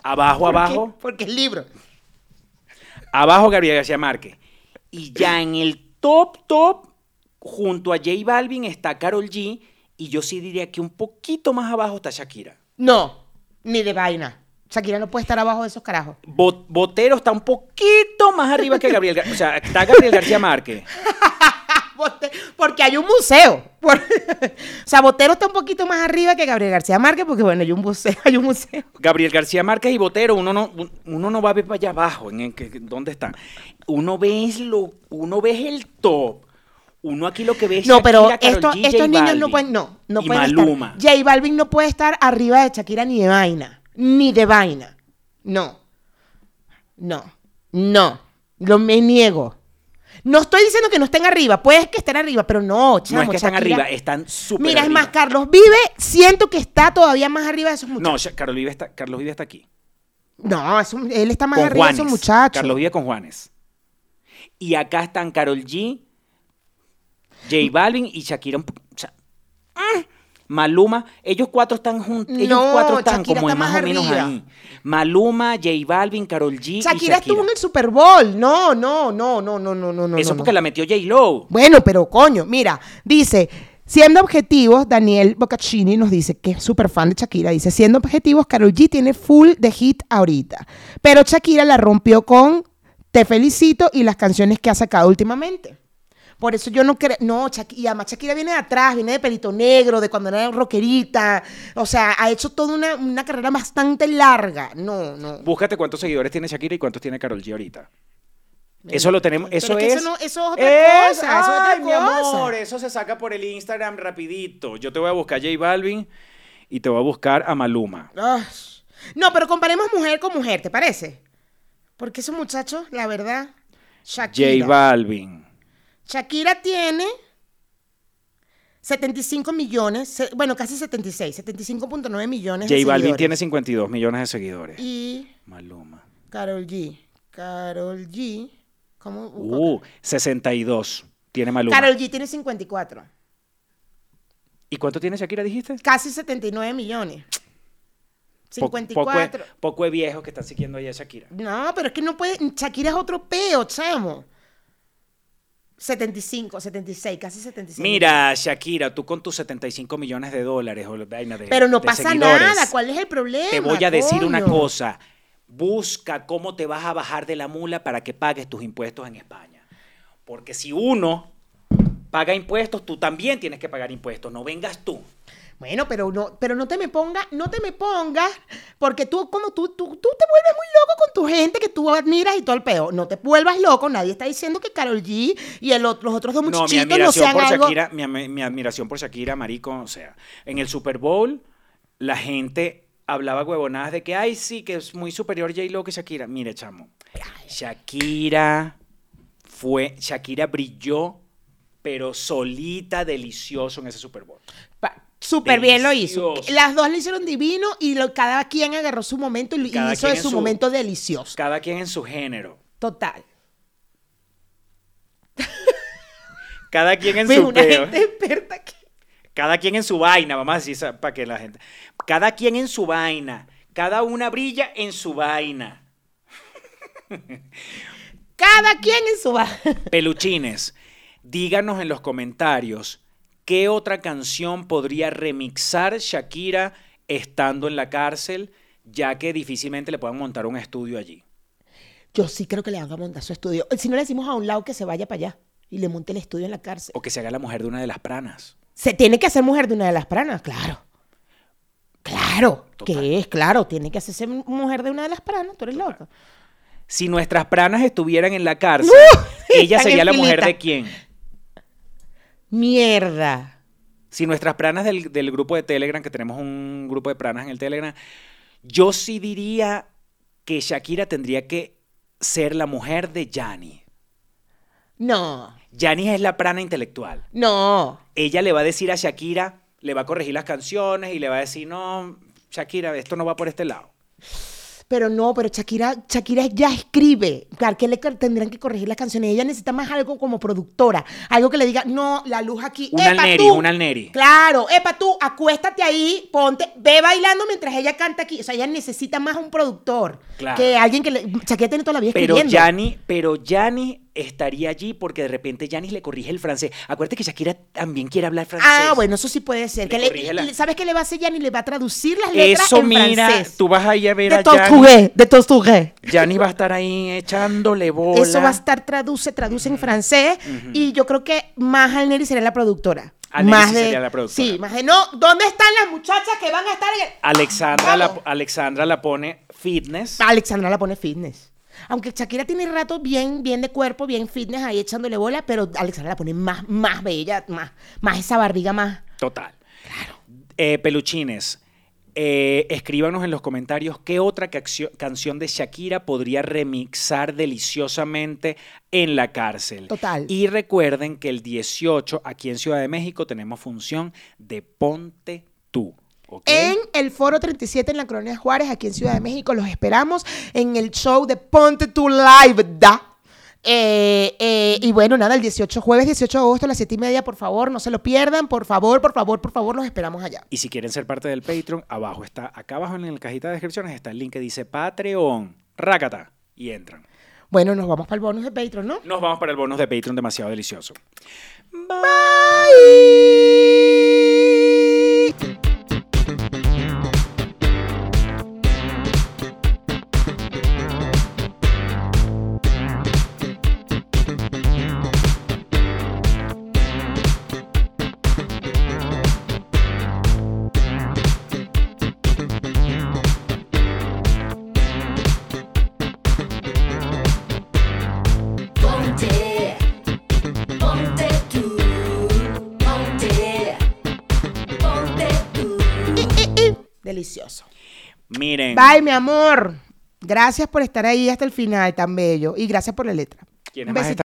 [SPEAKER 2] Abajo,
[SPEAKER 1] ¿Por qué?
[SPEAKER 2] abajo,
[SPEAKER 1] Porque el libro.
[SPEAKER 2] abajo Gabriel García Márquez. Y ya en el top, top, junto a J Balvin está Carol G. Y yo sí diría que un poquito más abajo está Shakira.
[SPEAKER 1] No, ni de vaina. Shakira no puede estar abajo de esos carajos.
[SPEAKER 2] Bo- Botero está un poquito más arriba que Gabriel Gar- O sea, está Gabriel García Márquez.
[SPEAKER 1] Bote- Porque hay un museo. Por- o sea, Botero está un poquito más arriba que Gabriel García Márquez, porque bueno, hay un museo, hay un museo.
[SPEAKER 2] Gabriel García Márquez y Botero, uno no, un- uno no va a ver para allá abajo, en el que- dónde están. Uno ve es lo, uno ve el top. Uno aquí lo que ve es
[SPEAKER 1] No, pero
[SPEAKER 2] Shakira, Karol
[SPEAKER 1] esto-
[SPEAKER 2] G, J
[SPEAKER 1] estos niños no
[SPEAKER 2] Balvin
[SPEAKER 1] pueden, no, no
[SPEAKER 2] y
[SPEAKER 1] pueden
[SPEAKER 2] Maluma.
[SPEAKER 1] estar. J Balvin no puede estar arriba de Shakira ni de vaina. Ni de vaina. No. No. No. Lo me niego. No estoy diciendo que no estén arriba, puede que estén arriba, pero no, chamo,
[SPEAKER 2] no es que están
[SPEAKER 1] Shakira-
[SPEAKER 2] arriba, están súper
[SPEAKER 1] Mira, es
[SPEAKER 2] arriba.
[SPEAKER 1] más, Carlos Vive, siento que está todavía más arriba de esos
[SPEAKER 2] No,
[SPEAKER 1] muchachos.
[SPEAKER 2] Sha- Carlos Vive está, Carlos Vive está aquí.
[SPEAKER 1] No, es un- él está más
[SPEAKER 2] con
[SPEAKER 1] arriba
[SPEAKER 2] Juanes.
[SPEAKER 1] de esos muchachos.
[SPEAKER 2] Carlos Vive con Juanes. Y acá están Carol G, J Balvin y Shakira. un po- o sea, mm, Maluma, ellos cuatro están juntos, ellos
[SPEAKER 1] No,
[SPEAKER 2] cuatro están
[SPEAKER 1] Shakira
[SPEAKER 2] como
[SPEAKER 1] está
[SPEAKER 2] en más,
[SPEAKER 1] más
[SPEAKER 2] o menos
[SPEAKER 1] arriba.
[SPEAKER 2] ahí. Maluma, J Balvin, Carol G y
[SPEAKER 1] Shakira
[SPEAKER 2] Shakira.
[SPEAKER 1] estuvo en el Super Bowl. No, no, no, no, no, no, no, no.
[SPEAKER 2] Eso
[SPEAKER 1] no,
[SPEAKER 2] porque
[SPEAKER 1] no.
[SPEAKER 2] la metió J Lo.
[SPEAKER 1] Bueno, pero coño, mira, dice, siendo objetivos, Daniel Bocaccini nos dice que es súper fan de Shakira, dice, siendo objetivos, Karol G tiene full de hit ahorita, pero Shakira la rompió con Te Felicito y las canciones que ha sacado últimamente. Por eso yo no creo, no, Shakira, y además Shakira viene de atrás, viene de pelito negro, de cuando era rockerita, o sea, ha hecho toda una, una carrera bastante larga, no, no.
[SPEAKER 2] Búscate cuántos seguidores tiene Shakira y cuántos tiene Carol G ahorita. Eso lo tenemos,
[SPEAKER 1] Pero
[SPEAKER 2] eso
[SPEAKER 1] que
[SPEAKER 2] es.
[SPEAKER 1] eso no- eso es otra cosa, eso es otra
[SPEAKER 2] ay, mi
[SPEAKER 1] cosa.
[SPEAKER 2] amor, eso se saca por el Instagram rapidito. Yo te voy a buscar a J Balvin y te voy a buscar a Maluma.
[SPEAKER 1] Ah, No, pero comparemos mujer con mujer, ¿te parece? Porque esos muchachos, la verdad,
[SPEAKER 2] J
[SPEAKER 1] Shakira.
[SPEAKER 2] Balvin.
[SPEAKER 1] Shakira tiene 75 millones, se- bueno, casi 76, 75.9 millones
[SPEAKER 2] J
[SPEAKER 1] de
[SPEAKER 2] Balvin
[SPEAKER 1] seguidores.
[SPEAKER 2] tiene 52 millones de seguidores.
[SPEAKER 1] Y
[SPEAKER 2] Maluma.
[SPEAKER 1] Carol G. Carol G. ¿Cómo?
[SPEAKER 2] Uh, 62 tiene Maluma.
[SPEAKER 1] Carol G tiene 54.
[SPEAKER 2] ¿Y cuánto tiene Shakira, dijiste?
[SPEAKER 1] Casi 79 millones.
[SPEAKER 2] Po- poco es-
[SPEAKER 1] 54.
[SPEAKER 2] Poco de viejos que están siguiendo ahí a Shakira.
[SPEAKER 1] No, pero es que no puede. Shakira es otro peo, chamo. 75, 76, casi 75.
[SPEAKER 2] Mira, Shakira, tú con tus 75 millones de dólares o la vaina de
[SPEAKER 1] Pero no
[SPEAKER 2] de
[SPEAKER 1] pasa
[SPEAKER 2] seguidores,
[SPEAKER 1] nada. ¿Cuál es el problema?
[SPEAKER 2] Te voy a decir una
[SPEAKER 1] coño?
[SPEAKER 2] cosa. Busca cómo te vas a bajar de la mula para que pagues tus impuestos en España. Porque si uno paga impuestos, tú también tienes que pagar impuestos. No vengas tú.
[SPEAKER 1] Bueno, pero no, pero no te me pongas, no te me pongas, porque tú, como tú, tú, tú te vuelves muy loco con tu gente que tú admiras y todo el peo. No te vuelvas loco, nadie está diciendo que Carol G y el ot- los otros dos
[SPEAKER 2] No, mi
[SPEAKER 1] muchachitos no,
[SPEAKER 2] admiración
[SPEAKER 1] sean
[SPEAKER 2] por
[SPEAKER 1] algo.
[SPEAKER 2] Shakira, mi, am- mi admiración por Shakira, marico, o sea, en el Super Bowl la gente hablaba huevonadas de que, ay, sí, que es muy superior J-Lo que Shakira. Mire, chamo, Shakira fue, Shakira brilló, pero solita, delicioso en ese Super Bowl.
[SPEAKER 1] Pa- Súper bien lo hizo.
[SPEAKER 2] Delicioso.
[SPEAKER 1] Las dos le hicieron divino y lo- cada quien agarró su momento y, lo- y
[SPEAKER 2] Cada
[SPEAKER 1] hizo de
[SPEAKER 2] quien en
[SPEAKER 1] su
[SPEAKER 2] su-
[SPEAKER 1] momento delicioso.
[SPEAKER 2] Cada quien en su género,
[SPEAKER 1] Total.
[SPEAKER 2] cada quien en
[SPEAKER 1] Ves,
[SPEAKER 2] su
[SPEAKER 1] Pues una
[SPEAKER 2] peo.
[SPEAKER 1] gente experta aquí.
[SPEAKER 2] Cada quien en su vaina, vamos a decir para que la gente. Cada quien en su vaina. Cada una brilla en su vaina.
[SPEAKER 1] Cada quien en su bar.
[SPEAKER 2] Peluchines, díganos en los comentarios qué otra canción podría remixar Shakira estando en la cárcel, ya que difícilmente le puedan montar un estudio allí.
[SPEAKER 1] Yo sí creo que le van a montar su estudio. Si no le decimos a un lado que se vaya para allá y le monte el estudio en la cárcel.
[SPEAKER 2] O que se haga la mujer de una de las pranas.
[SPEAKER 1] Se tiene que hacer mujer de una de las pranas, claro. Claro,
[SPEAKER 2] Total.
[SPEAKER 1] que es, claro, tiene que hacerse mu- mujer de una de las pranas, tú eres loca.
[SPEAKER 2] Si nuestras pranas estuvieran en la cárcel, ella
[SPEAKER 1] Están
[SPEAKER 2] sería
[SPEAKER 1] en
[SPEAKER 2] la mujer
[SPEAKER 1] filita.
[SPEAKER 2] de quién.
[SPEAKER 1] Mierda.
[SPEAKER 2] Si nuestras pranas del, del grupo de Telegram, que tenemos un grupo de pranas en el Telegram, yo sí diría que Shakira tendría que ser la mujer de Yanni.
[SPEAKER 1] No,
[SPEAKER 2] Yanni es la prana intelectual.
[SPEAKER 1] no.
[SPEAKER 2] ella le va a decir a Shakira, le va a corregir las canciones y le va a decir, no, Shakira, esto no va por este lado.
[SPEAKER 1] Pero no, pero Shakira, Shakira ya escribe. Claro, que le car- tendrán que corregir las canciones. Ella necesita más algo como productora. Algo que le diga, no, la luz aquí.
[SPEAKER 2] Un
[SPEAKER 1] ¡Epa,
[SPEAKER 2] alneri,
[SPEAKER 1] tú!
[SPEAKER 2] un alneri.
[SPEAKER 1] Claro, epa, tú, acuéstate ahí, ponte, ve bailando mientras ella canta aquí. O sea, ella necesita más un productor
[SPEAKER 2] Claro.
[SPEAKER 1] que alguien que le. Shakira tiene toda la vida
[SPEAKER 2] Pero
[SPEAKER 1] escribiendo.
[SPEAKER 2] Yanni, pero Yanni estaría allí porque de repente Yanni le corrige el francés. Acuérdate que Shakira también quiere hablar francés.
[SPEAKER 1] Ah, bueno, eso sí puede ser.
[SPEAKER 2] Le
[SPEAKER 1] Que le-
[SPEAKER 2] corrige la-
[SPEAKER 1] le- ¿Sabes qué le va a hacer Yanni? Le va a traducir las letras
[SPEAKER 2] Eso
[SPEAKER 1] en
[SPEAKER 2] mira,
[SPEAKER 1] francés.
[SPEAKER 2] tú vas ahí a ver
[SPEAKER 1] de
[SPEAKER 2] a Yanni.
[SPEAKER 1] Tosturé, de Tosturé.
[SPEAKER 2] Yanni va a estar ahí echándole bola.
[SPEAKER 1] Eso va a estar traduce, traduce en francés. Y yo creo que más Alneri sería la productora.
[SPEAKER 2] Alneri
[SPEAKER 1] más
[SPEAKER 2] sí sería la productora.
[SPEAKER 1] Sí, más de no. ¿Dónde están las muchachas que van a estar en el-
[SPEAKER 2] Alexandra, la,
[SPEAKER 1] Vamos.
[SPEAKER 2] Alexandra la pone fitness.
[SPEAKER 1] Alexandra la pone fitness. Aunque Shakira tiene rato bien, bien de cuerpo, bien fitness ahí echándole bola, pero Alexandra la pone más, más bella, más, más esa barriga más.
[SPEAKER 2] Total. Eh, peluchines, eh, escríbanos en los comentarios qué otra caccio- canción de Shakira podría remixar deliciosamente en la cárcel.
[SPEAKER 1] Total.
[SPEAKER 2] Y recuerden que el 18 aquí en Ciudad de México tenemos función de Ponte Tú. ¿ok?
[SPEAKER 1] En el Foro 37 en la Colonia Juárez, aquí en Ciudad de México, los esperamos en el show de Ponte Tu Live, da. Eh, eh, y bueno, nada, el 18, jueves 18 de agosto a las 7 y media, por favor, no se lo pierdan, por favor, por favor, por favor, los esperamos allá.
[SPEAKER 2] Y si quieren ser parte del Patreon, abajo está, acá abajo en la cajita de descripciones está el link que dice Patreon. Rácata. Y entran.
[SPEAKER 1] Bueno, nos vamos para el bonus de Patreon, ¿no?
[SPEAKER 2] Nos vamos para el bonus de Patreon demasiado delicioso.
[SPEAKER 4] Ponte, ponte tú, ponte, ponte tú.
[SPEAKER 1] Eh, Delicioso.
[SPEAKER 2] Miren.
[SPEAKER 1] Bye, mi amor. Gracias por estar ahí hasta el final, tan bello. Y gracias por la letra.
[SPEAKER 2] ¿Quién
[SPEAKER 1] Un
[SPEAKER 2] más
[SPEAKER 1] besito.